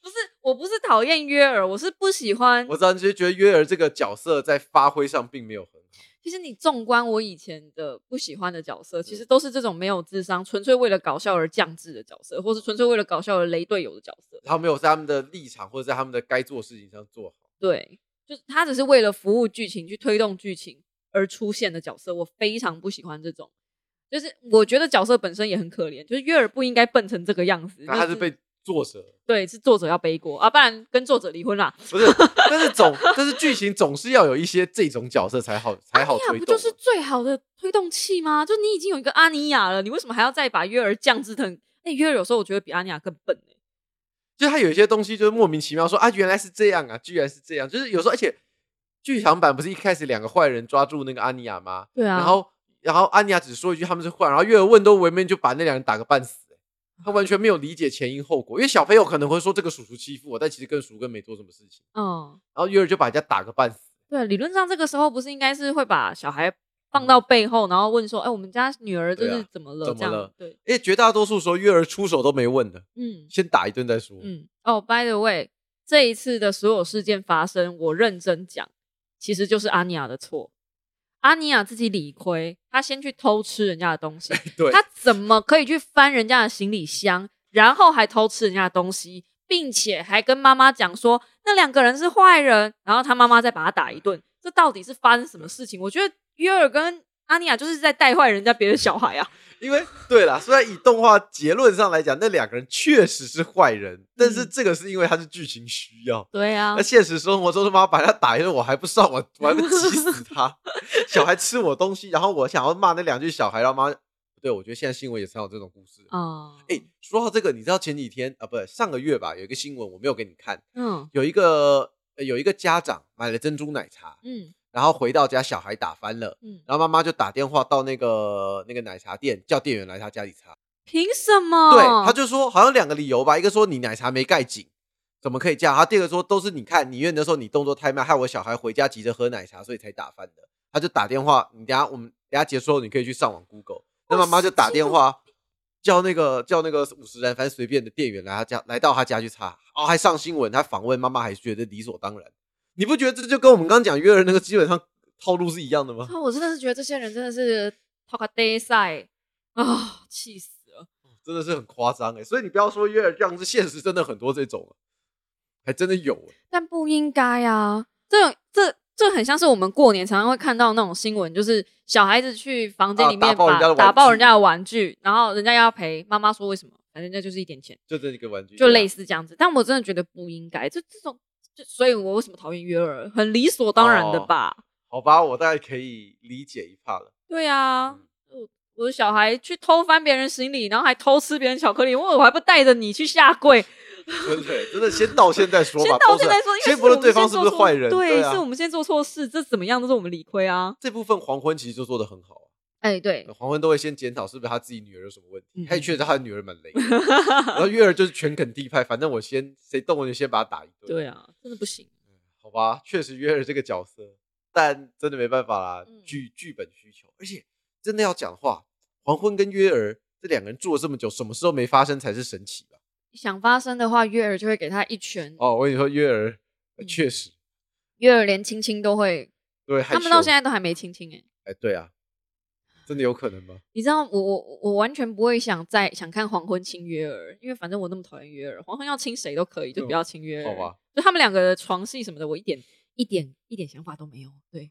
[SPEAKER 2] 不是，我不是讨厌约儿，我是不喜欢
[SPEAKER 1] 我。知道，你就觉得约尔这个角色在发挥上并没有很好。
[SPEAKER 2] 其实你纵观我以前的不喜欢的角
[SPEAKER 1] 嗯
[SPEAKER 2] 色，其实都是这种没有智商、纯粹为了搞笑而降智的角色，或是纯粹为了搞笑而雷队友的角色。
[SPEAKER 1] 他没有在他们的立场或者在他们的该做的事情上做好。
[SPEAKER 2] 对，就是他只是为了服务剧情去推动剧情而出现的角色，我非常不喜欢这种。就是我觉得角色本身也很可怜，就是月儿不应该笨成这个样子。
[SPEAKER 1] 那他
[SPEAKER 2] 就是
[SPEAKER 1] 被作折，
[SPEAKER 2] 对，是作者要背锅啊，不然跟作者离婚啦。
[SPEAKER 1] 不是？但是总，但是剧情总是要有一些这种角色才好才好
[SPEAKER 2] 安妮亚
[SPEAKER 1] 推
[SPEAKER 2] 不
[SPEAKER 1] 动啊。
[SPEAKER 2] 就是最好的推动器吗？就你已经有一个阿尼亚了，你为什么还要再把月儿降智成？那、月儿有时候我觉得比阿尼亚更笨欸
[SPEAKER 1] 就他有一些东西就是莫名其妙说啊，原来是这样啊，居然是这样。就是有时候，而且剧场版不是一开始两个坏人抓住那个安妮亚吗？
[SPEAKER 2] 对啊，
[SPEAKER 1] 然后然后安妮亚只说一句他们是坏人，然后月儿问都为面就把那两人打个半死、欸他完全没有理解前因后果，因为小朋友可能会说这个叔叔欺负我，但其实跟叔根没做什么事情。
[SPEAKER 2] 嗯，
[SPEAKER 1] 然后月儿就把人家打个半死，
[SPEAKER 2] 对，理论上这个时候不是应该是会把小孩放到背后，然后问说：“哎、我们家女儿就
[SPEAKER 1] 对
[SPEAKER 2] 是
[SPEAKER 1] 啊
[SPEAKER 2] 怎么了？”
[SPEAKER 1] 怎么
[SPEAKER 2] 这样
[SPEAKER 1] 了
[SPEAKER 2] 对，
[SPEAKER 1] 因为绝大多数时候月儿出手都没问的，
[SPEAKER 2] 嗯
[SPEAKER 1] 先打一顿再说。
[SPEAKER 2] 嗯。哦、b y the way，这一次的所有事件发生，我认真讲，其实就是阿尼亚的错。阿尼亚自己理亏，他先去偷吃人家的东西，
[SPEAKER 1] [LAUGHS] 对，
[SPEAKER 2] 他怎么可以去翻人家的行李箱，然后还偷吃人家的东西，并且还跟妈妈讲说那两个人是坏人，然后他妈妈再把他打一顿，这到底是发生什么事情？我觉得约尔跟阿尼亚就是在带坏人家别的小孩啊。
[SPEAKER 1] 因为对啦，虽然以动画结论上来讲，那两个人确实是坏人，但是
[SPEAKER 2] 嗯
[SPEAKER 1] 这个是因为它是剧情需要。
[SPEAKER 2] 对啊
[SPEAKER 1] 那，现实生活中他妈把他打一顿，我还不上网，我还不急死他？小孩吃我东西，然后我想要骂那两句小孩，然后妈，不对，我觉得现在新闻也常有这种故事。
[SPEAKER 2] 啊，
[SPEAKER 1] 哎、说到这个，你知道前几天啊，不对，上个月吧，有一个新闻我没有给你看，
[SPEAKER 2] 嗯
[SPEAKER 1] 有一个、呃有一个家长买了珍珠奶茶，
[SPEAKER 2] 嗯
[SPEAKER 1] 然后回到家小孩打翻了，
[SPEAKER 2] 嗯，
[SPEAKER 1] 然后妈妈就打电话到那个那个奶茶店，叫店员来他家里擦。
[SPEAKER 2] 凭什么？
[SPEAKER 1] 对，他就说好像两个理由吧，一个说你奶茶没盖紧，怎么可以这样？他第二个说都是你看你因为那时候你动作太慢，害我小孩回家急着喝奶茶，所以才打翻的。他就打电话，你等下我们等下结束后你可以去上网 Google。那妈妈就打电话叫那个叫那个五十人，反正随便的店员来他家来到他家去查，哦还上新闻，他访问妈妈还觉得理所当然。你不觉得这就跟我们刚刚讲约人那个基本上套路是一样的吗？
[SPEAKER 2] 啊，我真的是觉得这些人真的是 talk a day 赛啊，气死了！
[SPEAKER 1] 真的是很夸张哎，所以你不要说约尔这样是现实真的很多这种、啊，还真的有欸
[SPEAKER 2] 但不应该啊，这种这这很像是我们过年常常会看到那种新闻，就是小孩子去房间
[SPEAKER 1] 啊
[SPEAKER 2] 里面
[SPEAKER 1] 打爆
[SPEAKER 2] 把、
[SPEAKER 1] 人家的玩具
[SPEAKER 2] 打爆人家的玩具，然后人家要赔，妈妈说为什么？反正人家就是一点钱，
[SPEAKER 1] 就这一个玩具，
[SPEAKER 2] 就类
[SPEAKER 1] 似
[SPEAKER 2] 似这样子。但我真的觉得不应该，这这种。就所以，我为什么讨厌约尔？很理所当然的
[SPEAKER 1] 哦
[SPEAKER 2] 吧？
[SPEAKER 1] 好吧，我大概可以理解一怕了。 [LAUGHS]
[SPEAKER 2] 对啊，我我的小孩去偷翻别人行李，然后还偷吃别人巧克力，我我还不带着你去下跪？
[SPEAKER 1] 真的，真的先到现在说吧，
[SPEAKER 2] 先道
[SPEAKER 1] 都是啊
[SPEAKER 2] 歉再说，因为
[SPEAKER 1] 先
[SPEAKER 2] 是
[SPEAKER 1] 不
[SPEAKER 2] 我
[SPEAKER 1] 论
[SPEAKER 2] 们
[SPEAKER 1] 对方
[SPEAKER 2] 先
[SPEAKER 1] 是
[SPEAKER 2] 做
[SPEAKER 1] 不是
[SPEAKER 2] 错，
[SPEAKER 1] 坏人，对啊
[SPEAKER 2] 是我们先做错事，这怎么样都是我们理亏啊。
[SPEAKER 1] 这部分黄昏其实就做的很好啊，
[SPEAKER 2] 哎，对，
[SPEAKER 1] 黄昏都会先检讨是不是他自己女儿有什么问题
[SPEAKER 2] 嗯，
[SPEAKER 1] 他也确实他的女儿蛮累
[SPEAKER 2] [LAUGHS]
[SPEAKER 1] 的，然后月儿就是全肯地派，反正我先谁动我就先把他打一顿，
[SPEAKER 2] 对啊，真的不行。
[SPEAKER 1] 好吧，确实约了这个角色，但真的没办法啦
[SPEAKER 2] 嗯，
[SPEAKER 1] 剧剧本需求，而且真的要讲话，黄昏跟约儿这两个人住了这么久，什么事都没发生才是神奇吧？
[SPEAKER 2] 想发生的话，月儿就会给他一拳，
[SPEAKER 1] 哦，我跟你说，约儿呃
[SPEAKER 2] 嗯
[SPEAKER 1] 确实
[SPEAKER 2] 月儿连亲亲都会，
[SPEAKER 1] 对，害
[SPEAKER 2] 他们到
[SPEAKER 1] 羞
[SPEAKER 2] 现在都还没亲亲哎。
[SPEAKER 1] 哎，对啊，真的有可能
[SPEAKER 2] [LAUGHS]
[SPEAKER 1] 吗？
[SPEAKER 2] 你知道我我我完全不会想再想看黄昏亲约儿，因为反正我那么讨厌约儿，黄昏要亲谁都可以，就不要亲约儿。
[SPEAKER 1] 嗯好吧，
[SPEAKER 2] 就他们两个的床戏什么的，我一点一点一点想法都没有。对，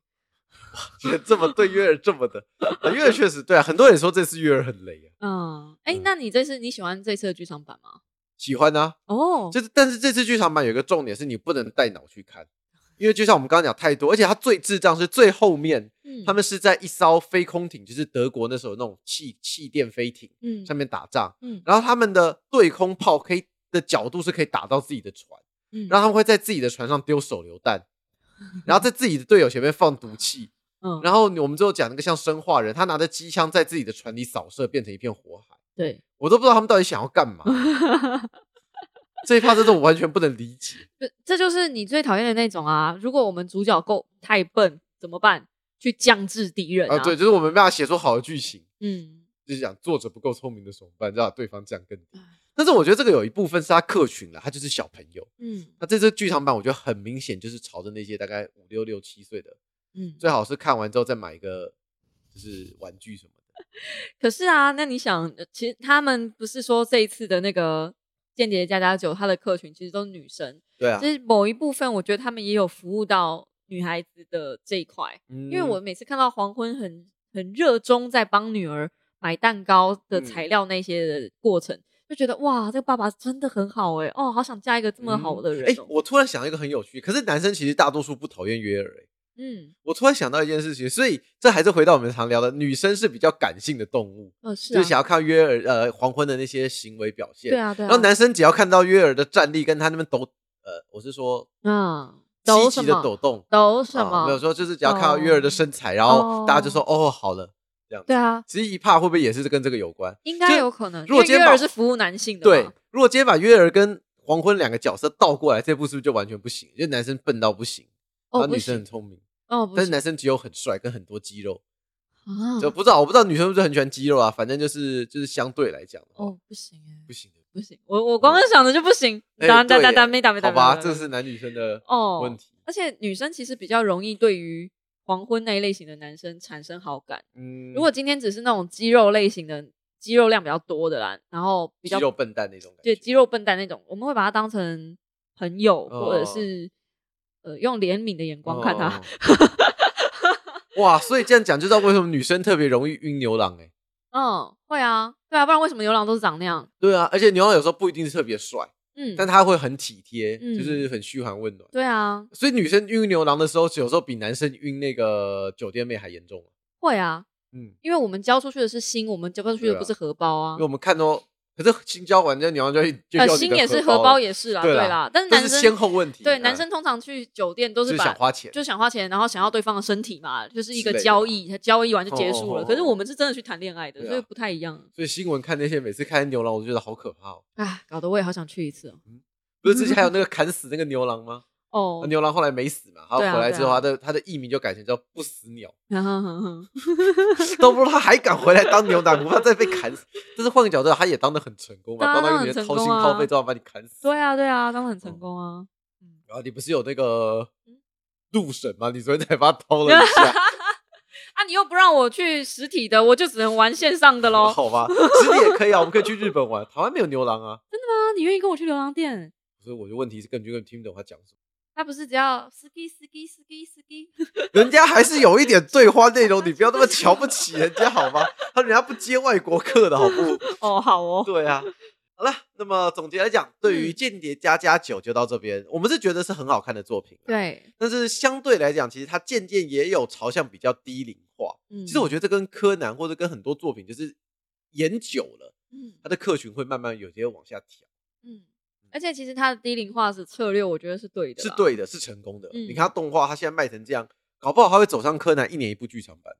[SPEAKER 1] 觉得这么对约儿这么的，啊约儿确实对啊，很多人说这次约儿很雷啊，
[SPEAKER 2] 嗯，哎、
[SPEAKER 1] 嗯
[SPEAKER 2] 那你这次你喜欢这次的剧场版吗？
[SPEAKER 1] 喜欢啊，
[SPEAKER 2] 哦，
[SPEAKER 1] 就是，但是这次剧场版有一个重点是你不能带脑去看，因为就像我们刚刚讲太多，而且它最智障是最后面，
[SPEAKER 2] 嗯
[SPEAKER 1] 他们是在一艘飞空艇，就是德国那时候那种气气垫飞艇
[SPEAKER 2] 嗯
[SPEAKER 1] 上面打仗，
[SPEAKER 2] 嗯
[SPEAKER 1] 然后他们的对空炮可以的角度是可以打到自己的船，
[SPEAKER 2] 嗯
[SPEAKER 1] 然后他们会在自己的船上丢手榴弹，然后在自己的队友前面放毒气，
[SPEAKER 2] 嗯，
[SPEAKER 1] 然后我们最后讲那个像生化人，他拿着机枪在自己的船里扫射，变成一片火海，
[SPEAKER 2] [LAUGHS] 对，
[SPEAKER 1] 我都不知道他们到底想要干嘛，这一趴真的我完全不能理解。
[SPEAKER 2] 这这就是你最讨厌的那种啊！如果我们主角够太笨怎么办？去降智敌人
[SPEAKER 1] 啊，对，，就是我们没办法写出好的剧情，
[SPEAKER 2] 嗯，
[SPEAKER 1] 就是讲作者不够聪明的手段，让对方降更低。但是我觉得这个有一部分是他客群了，他就是小朋友。
[SPEAKER 2] 嗯
[SPEAKER 1] 那这次剧场版我觉得很明显就是朝着那些大概五六六七岁的，
[SPEAKER 2] 嗯，
[SPEAKER 1] 最好是看完之后再买一个就是玩具什么的。
[SPEAKER 2] 可是啊，那你想，呃其实他们不是说这一次的那个《间谍加加酒》，它的客群其实都是女生，
[SPEAKER 1] 对啊
[SPEAKER 2] 就，是某一部分，我觉得他们也有服务到女孩子的这一块。
[SPEAKER 1] 因
[SPEAKER 2] 因为我每次看到黄昏很很热衷在帮女儿买蛋糕的
[SPEAKER 1] 嗯
[SPEAKER 2] 材料那些的过程，就觉得哇，这个爸爸真的很好哎、哦，好想嫁一个这么好的人、
[SPEAKER 1] 哎、
[SPEAKER 2] 哦
[SPEAKER 1] 我突然想到一个很有趣，可是男生其实大多数不讨厌约尔、欸。
[SPEAKER 2] 嗯，
[SPEAKER 1] 我突然想到一件事情，所以这还是回到我们常聊的，女生是比较感性的动物，
[SPEAKER 2] 哦是
[SPEAKER 1] 就
[SPEAKER 2] 啊
[SPEAKER 1] 是，想要看约尔呃黄昏的那些行为表现。
[SPEAKER 2] 对啊对啊，
[SPEAKER 1] 然后男生只要看到约尔的站立跟他那边抖，呃，我是说
[SPEAKER 2] 嗯抖
[SPEAKER 1] 积
[SPEAKER 2] 什
[SPEAKER 1] 极的
[SPEAKER 2] 么
[SPEAKER 1] 抖动，
[SPEAKER 2] 抖什
[SPEAKER 1] 啊
[SPEAKER 2] 么？哦
[SPEAKER 1] 没有说就是只要看到约尔的身材，然后大家就说哦好了这样子。
[SPEAKER 2] 对啊，
[SPEAKER 1] 其实一怕会不会也是跟这个有关？
[SPEAKER 2] 应
[SPEAKER 1] 就
[SPEAKER 2] 该有可能，
[SPEAKER 1] 如果
[SPEAKER 2] 因为
[SPEAKER 1] 今
[SPEAKER 2] 约
[SPEAKER 1] 天把
[SPEAKER 2] 尔是服务男性的
[SPEAKER 1] 对
[SPEAKER 2] 嘛，，
[SPEAKER 1] 如果今天把约尔跟黄昏两个角色倒过来，这部是不是就完全不行？因为男生笨到不行，然
[SPEAKER 2] 哦
[SPEAKER 1] 后
[SPEAKER 2] 不
[SPEAKER 1] 女生
[SPEAKER 2] 行
[SPEAKER 1] 很，聪明，
[SPEAKER 2] 哦不
[SPEAKER 1] 但是
[SPEAKER 2] 行
[SPEAKER 1] 男生只有很帅跟很多肌肉，
[SPEAKER 2] 啊
[SPEAKER 1] 就不知道我不知道女生是不是很喜欢肌肉啊，反正就是就是相对来讲的话，
[SPEAKER 2] 哦不行哎，
[SPEAKER 1] 不行的。
[SPEAKER 2] 不行，我我光想着就不行，
[SPEAKER 1] 哎
[SPEAKER 2] 打打
[SPEAKER 1] 对
[SPEAKER 2] 打
[SPEAKER 1] 耶
[SPEAKER 2] 打没打没打，
[SPEAKER 1] 好吧，
[SPEAKER 2] 没打
[SPEAKER 1] 这是男女生的
[SPEAKER 2] 哦
[SPEAKER 1] 问题。
[SPEAKER 2] 而且女生其实比较容易对于黄昏那一类型的男生产生好感。
[SPEAKER 1] 嗯，
[SPEAKER 2] 如果今天只是那种肌肉类型的，肌肉量比较多的啦，然后比
[SPEAKER 1] 肌
[SPEAKER 2] 较
[SPEAKER 1] 肉笨蛋那种感
[SPEAKER 2] 对
[SPEAKER 1] 觉，
[SPEAKER 2] 肌肉笨蛋那种，我们会把他当成朋友，或者
[SPEAKER 1] 哦
[SPEAKER 2] 是呃用怜悯的眼光看他。
[SPEAKER 1] 哦。哇，所以这样讲就知道为什么女生特别容易晕牛郎哎、
[SPEAKER 2] [LAUGHS] 嗯，会啊，对啊，不然为什么牛郎都是长那样？
[SPEAKER 1] 对啊，而且牛郎有时候不一定是特别帅，
[SPEAKER 2] 嗯，
[SPEAKER 1] 但他会很体贴，
[SPEAKER 2] 嗯
[SPEAKER 1] 就是很嘘寒问暖。
[SPEAKER 2] 对啊，
[SPEAKER 1] 所以女生晕牛郎的时候，有时候比男生晕那个酒店妹还严重。
[SPEAKER 2] 会啊，
[SPEAKER 1] 嗯，
[SPEAKER 2] 因为我们交出去的是心，我们交出去的不是荷包啊
[SPEAKER 1] 因为。我们看到，可是新交完，这牛郎就会就
[SPEAKER 2] 呃，
[SPEAKER 1] 要你
[SPEAKER 2] 心
[SPEAKER 1] 的
[SPEAKER 2] 也是，
[SPEAKER 1] 荷
[SPEAKER 2] 荷包也是啦，
[SPEAKER 1] 对
[SPEAKER 2] 对
[SPEAKER 1] 啦
[SPEAKER 2] 啦。但是
[SPEAKER 1] 这
[SPEAKER 2] 男
[SPEAKER 1] 是
[SPEAKER 2] 生
[SPEAKER 1] 先后问题。
[SPEAKER 2] 对
[SPEAKER 1] 嗯
[SPEAKER 2] 男生通常去酒店都
[SPEAKER 1] 就是想
[SPEAKER 2] 把
[SPEAKER 1] 花钱，
[SPEAKER 2] 就想花钱，然后想要对方的身体嘛，就是一
[SPEAKER 1] 之类
[SPEAKER 2] 个
[SPEAKER 1] 的
[SPEAKER 2] 交易，交易完就结束
[SPEAKER 1] 哦哦
[SPEAKER 2] 了。
[SPEAKER 1] 哦
[SPEAKER 2] 可是我们是真的去谈恋爱的，
[SPEAKER 1] 对啊
[SPEAKER 2] 所以不太一样。
[SPEAKER 1] 所以新闻看那些每次看牛郎，我就觉得好可怕哦。
[SPEAKER 2] 唉，搞得我也好想去一次哦。
[SPEAKER 1] 不是之前还有那个砍死那个牛郎
[SPEAKER 2] [LAUGHS]
[SPEAKER 1] 吗？啊
[SPEAKER 2] 哦，
[SPEAKER 1] 牛郎后来没死嘛，他
[SPEAKER 2] 对啊
[SPEAKER 1] 回来之后，
[SPEAKER 2] 对
[SPEAKER 1] 他
[SPEAKER 2] 啊
[SPEAKER 1] 的他的艺名就改成叫不死鸟，
[SPEAKER 2] [LAUGHS] 嗯
[SPEAKER 1] 都不知道他还敢回来当牛郎，不怕再被砍死。但是换个角度，他也当得很成功嘛，
[SPEAKER 2] 当然
[SPEAKER 1] 当到一个女人
[SPEAKER 2] 很成
[SPEAKER 1] 掏
[SPEAKER 2] 功
[SPEAKER 1] 心掏
[SPEAKER 2] 啊
[SPEAKER 1] 肺，最后把你砍死。
[SPEAKER 2] 对啊，对啊，当然
[SPEAKER 1] 哦
[SPEAKER 2] 很成功啊。
[SPEAKER 1] 然后你不是有那个
[SPEAKER 2] 嗯
[SPEAKER 1] 鹿神吗？你昨天才把它偷了一
[SPEAKER 2] [LAUGHS]
[SPEAKER 1] 下，
[SPEAKER 2] 啊，你又不让我去实体的，我就只能玩线上的喽。
[SPEAKER 1] 好吧？其实也可以啊，我们可以去日本玩。台湾没有牛郎啊，
[SPEAKER 2] 啊，你愿意跟我去流浪店？
[SPEAKER 1] 所以我的问题是根本就根本听不懂他讲什么。
[SPEAKER 2] 他不是只要 ski ski
[SPEAKER 1] [LAUGHS]
[SPEAKER 2] ski ski，
[SPEAKER 1] 人家还是有一点对话内容，你不要那么瞧不起人家好吗？他人家不接外国客的好不？
[SPEAKER 2] 哦，好哦，
[SPEAKER 1] 对啊。好了，那么总结来讲，对于《
[SPEAKER 2] 嗯
[SPEAKER 1] 间谍加加酒》就到这边，我们是觉得是很好看的作品，。
[SPEAKER 2] [LAUGHS]
[SPEAKER 1] 啊
[SPEAKER 2] 对，
[SPEAKER 1] 但是相对来讲，其实它渐渐也有朝向比较低龄化。
[SPEAKER 2] 嗯，
[SPEAKER 1] 其实我觉得这跟柯南或者跟很多作品就是演久了，
[SPEAKER 2] 嗯
[SPEAKER 1] 它的客群会慢慢有些往下调，
[SPEAKER 2] 嗯，而且其实他的低龄化是策略，我觉得是对的，
[SPEAKER 1] 是，对的，是成功的。
[SPEAKER 2] 嗯
[SPEAKER 1] 你看它动画，它现在卖成这样，搞不好它会走上柯南一年一部剧场版。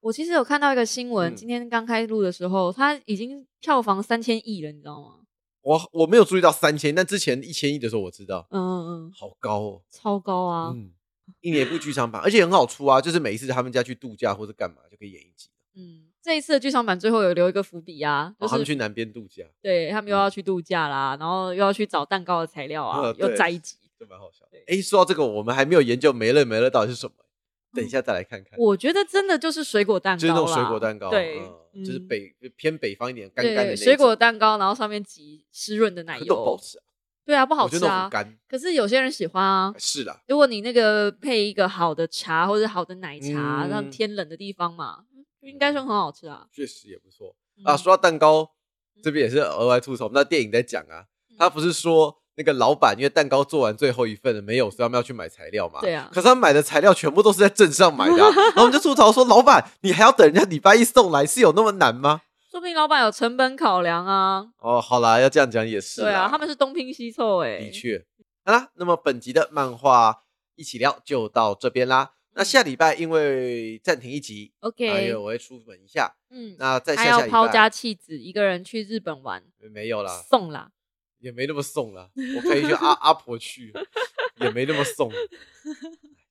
[SPEAKER 2] 我其实有看到一个新闻，
[SPEAKER 1] 嗯
[SPEAKER 2] 今天刚开录的时候，它已经票房三千亿了，你知道吗？
[SPEAKER 1] 我我没有注意到三千，但之前一千亿的时候我知道，
[SPEAKER 2] 嗯嗯嗯，
[SPEAKER 1] 好高哦。
[SPEAKER 2] 超高啊！
[SPEAKER 1] 嗯，一年一部剧场版，而且很好出啊，就是每一次他们家去度假或者干嘛就可以演一集。
[SPEAKER 2] 嗯，这一次的剧场版最后有留一个伏笔啊，就
[SPEAKER 1] 然后哦他们
[SPEAKER 2] 是
[SPEAKER 1] 去南边度假，
[SPEAKER 2] 对他们又要去度假啦，然后又要去找蛋糕的材料啊
[SPEAKER 1] 呃，
[SPEAKER 2] 又
[SPEAKER 1] 对
[SPEAKER 2] 摘一集。
[SPEAKER 1] 就蛮好笑的。哎，说到这个，我们还没有研究梅乐梅乐到底是什么，等一
[SPEAKER 2] 嗯
[SPEAKER 1] 下再来看看。
[SPEAKER 2] 我觉得真的就是水果蛋
[SPEAKER 1] 就
[SPEAKER 2] 糕
[SPEAKER 1] 是
[SPEAKER 2] 啦，
[SPEAKER 1] 那种水果蛋糕，
[SPEAKER 2] 对
[SPEAKER 1] 嗯，就是
[SPEAKER 2] 嗯
[SPEAKER 1] 北偏北方一点干干的那
[SPEAKER 2] 对
[SPEAKER 1] 一种
[SPEAKER 2] 水果蛋糕，然后上面挤湿润的奶
[SPEAKER 1] 可是都不好
[SPEAKER 2] 油。
[SPEAKER 1] 吃啊，
[SPEAKER 2] 对啊，不好
[SPEAKER 1] 我觉
[SPEAKER 2] 吃
[SPEAKER 1] 得那种
[SPEAKER 2] 啊
[SPEAKER 1] 很。干。
[SPEAKER 2] 可是有些人喜欢啊。
[SPEAKER 1] 是啦，
[SPEAKER 2] 如果你那个配一个好的茶或者好的奶茶，
[SPEAKER 1] 嗯
[SPEAKER 2] 让天冷的地方嘛，应该说很好吃啊。
[SPEAKER 1] 确实也不错
[SPEAKER 2] 嗯
[SPEAKER 1] 啊。说到蛋糕，这边也是额外吐槽，我们那电影在讲啊，
[SPEAKER 2] 嗯
[SPEAKER 1] 他不是说。那个老板因为蛋糕做完最后一份了没有，所以他们要去买材料嘛。
[SPEAKER 2] 对啊
[SPEAKER 1] 可是他们买的材料全部都是在镇上买的
[SPEAKER 2] [LAUGHS]
[SPEAKER 1] 啊、然后我们就吐槽说：“老板，你还要等人家礼拜一送来，是有那么难吗
[SPEAKER 2] 说不定老板有成本考量啊。？”
[SPEAKER 1] 哦，好啦，要这样讲也是啦。
[SPEAKER 2] 对啊，他们是东拼西凑哎、
[SPEAKER 1] 的确。好啦，那么本集的漫画一起聊就到这边
[SPEAKER 2] 嗯
[SPEAKER 1] 啦。那下礼拜因为暂停一集，还
[SPEAKER 2] ，OK，
[SPEAKER 1] 有我会出门一下。
[SPEAKER 2] 嗯，
[SPEAKER 1] 那再
[SPEAKER 2] 还
[SPEAKER 1] 下下
[SPEAKER 2] 要
[SPEAKER 1] 礼
[SPEAKER 2] 抛家
[SPEAKER 1] 拜
[SPEAKER 2] 弃子，一个人去日本玩，
[SPEAKER 1] 没有啦，
[SPEAKER 2] 送啦。
[SPEAKER 1] 也没那么送啦。我可以去阿阿婆去，也没那么
[SPEAKER 2] [LAUGHS]
[SPEAKER 1] 送。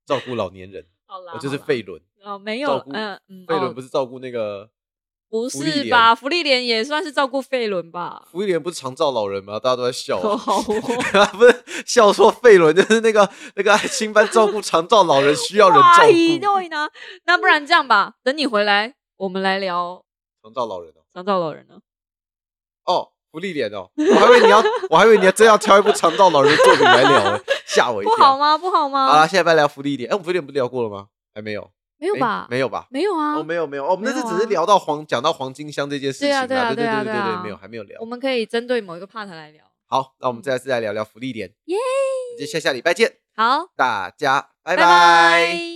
[SPEAKER 1] 照顾老年人，
[SPEAKER 2] 好啦，
[SPEAKER 1] 我就是
[SPEAKER 2] 好啦
[SPEAKER 1] 费伦。
[SPEAKER 2] 哦，没
[SPEAKER 1] 照
[SPEAKER 2] 有，
[SPEAKER 1] 顾
[SPEAKER 2] 嗯嗯，
[SPEAKER 1] 费
[SPEAKER 2] 哦
[SPEAKER 1] 伦不是照顾那个
[SPEAKER 2] 不
[SPEAKER 1] 福利
[SPEAKER 2] 是
[SPEAKER 1] 莲
[SPEAKER 2] 吧？福利莲也算是照顾费伦吧？
[SPEAKER 1] 福一莲不是常照老人吗？大家都在笑啊、
[SPEAKER 2] 好哦
[SPEAKER 1] 不是笑说费伦就是那个那个爱心班照顾常照老人 [LAUGHS] 需要人照
[SPEAKER 2] 哇咦
[SPEAKER 1] 顾，
[SPEAKER 2] 对呢，那不然这样吧，等你回来，我们来聊
[SPEAKER 1] 常照老人哦。
[SPEAKER 2] 长照老人呢。
[SPEAKER 1] 哦，福利脸哦，我还以为你要，我还以为你要真要挑一部长照老人的作品来聊欸，吓我一
[SPEAKER 2] 不
[SPEAKER 1] 跳。
[SPEAKER 2] 好吗？不好吗？
[SPEAKER 1] 好啦，下礼拜聊福利脸。哎、我们福利脸不是聊过了吗？还没有，
[SPEAKER 2] 没有
[SPEAKER 1] 诶
[SPEAKER 2] 吧？
[SPEAKER 1] 没有吧？
[SPEAKER 2] 没有啊
[SPEAKER 1] 哦，，没有没有，哦，我们那
[SPEAKER 2] 没有
[SPEAKER 1] 次
[SPEAKER 2] 啊
[SPEAKER 1] 只是聊到黄，讲到黄金箱这件事情
[SPEAKER 2] 对啊对啊
[SPEAKER 1] 对
[SPEAKER 2] 对啊
[SPEAKER 1] 对
[SPEAKER 2] 对啊
[SPEAKER 1] 对，没有还没有聊
[SPEAKER 2] 我。们可嗯以针对某一个 part 来聊。
[SPEAKER 1] 好，那我们再次来聊聊福利脸。
[SPEAKER 2] 耶，
[SPEAKER 1] 就下下礼拜见，
[SPEAKER 2] 好，
[SPEAKER 1] 大家拜
[SPEAKER 2] 拜拜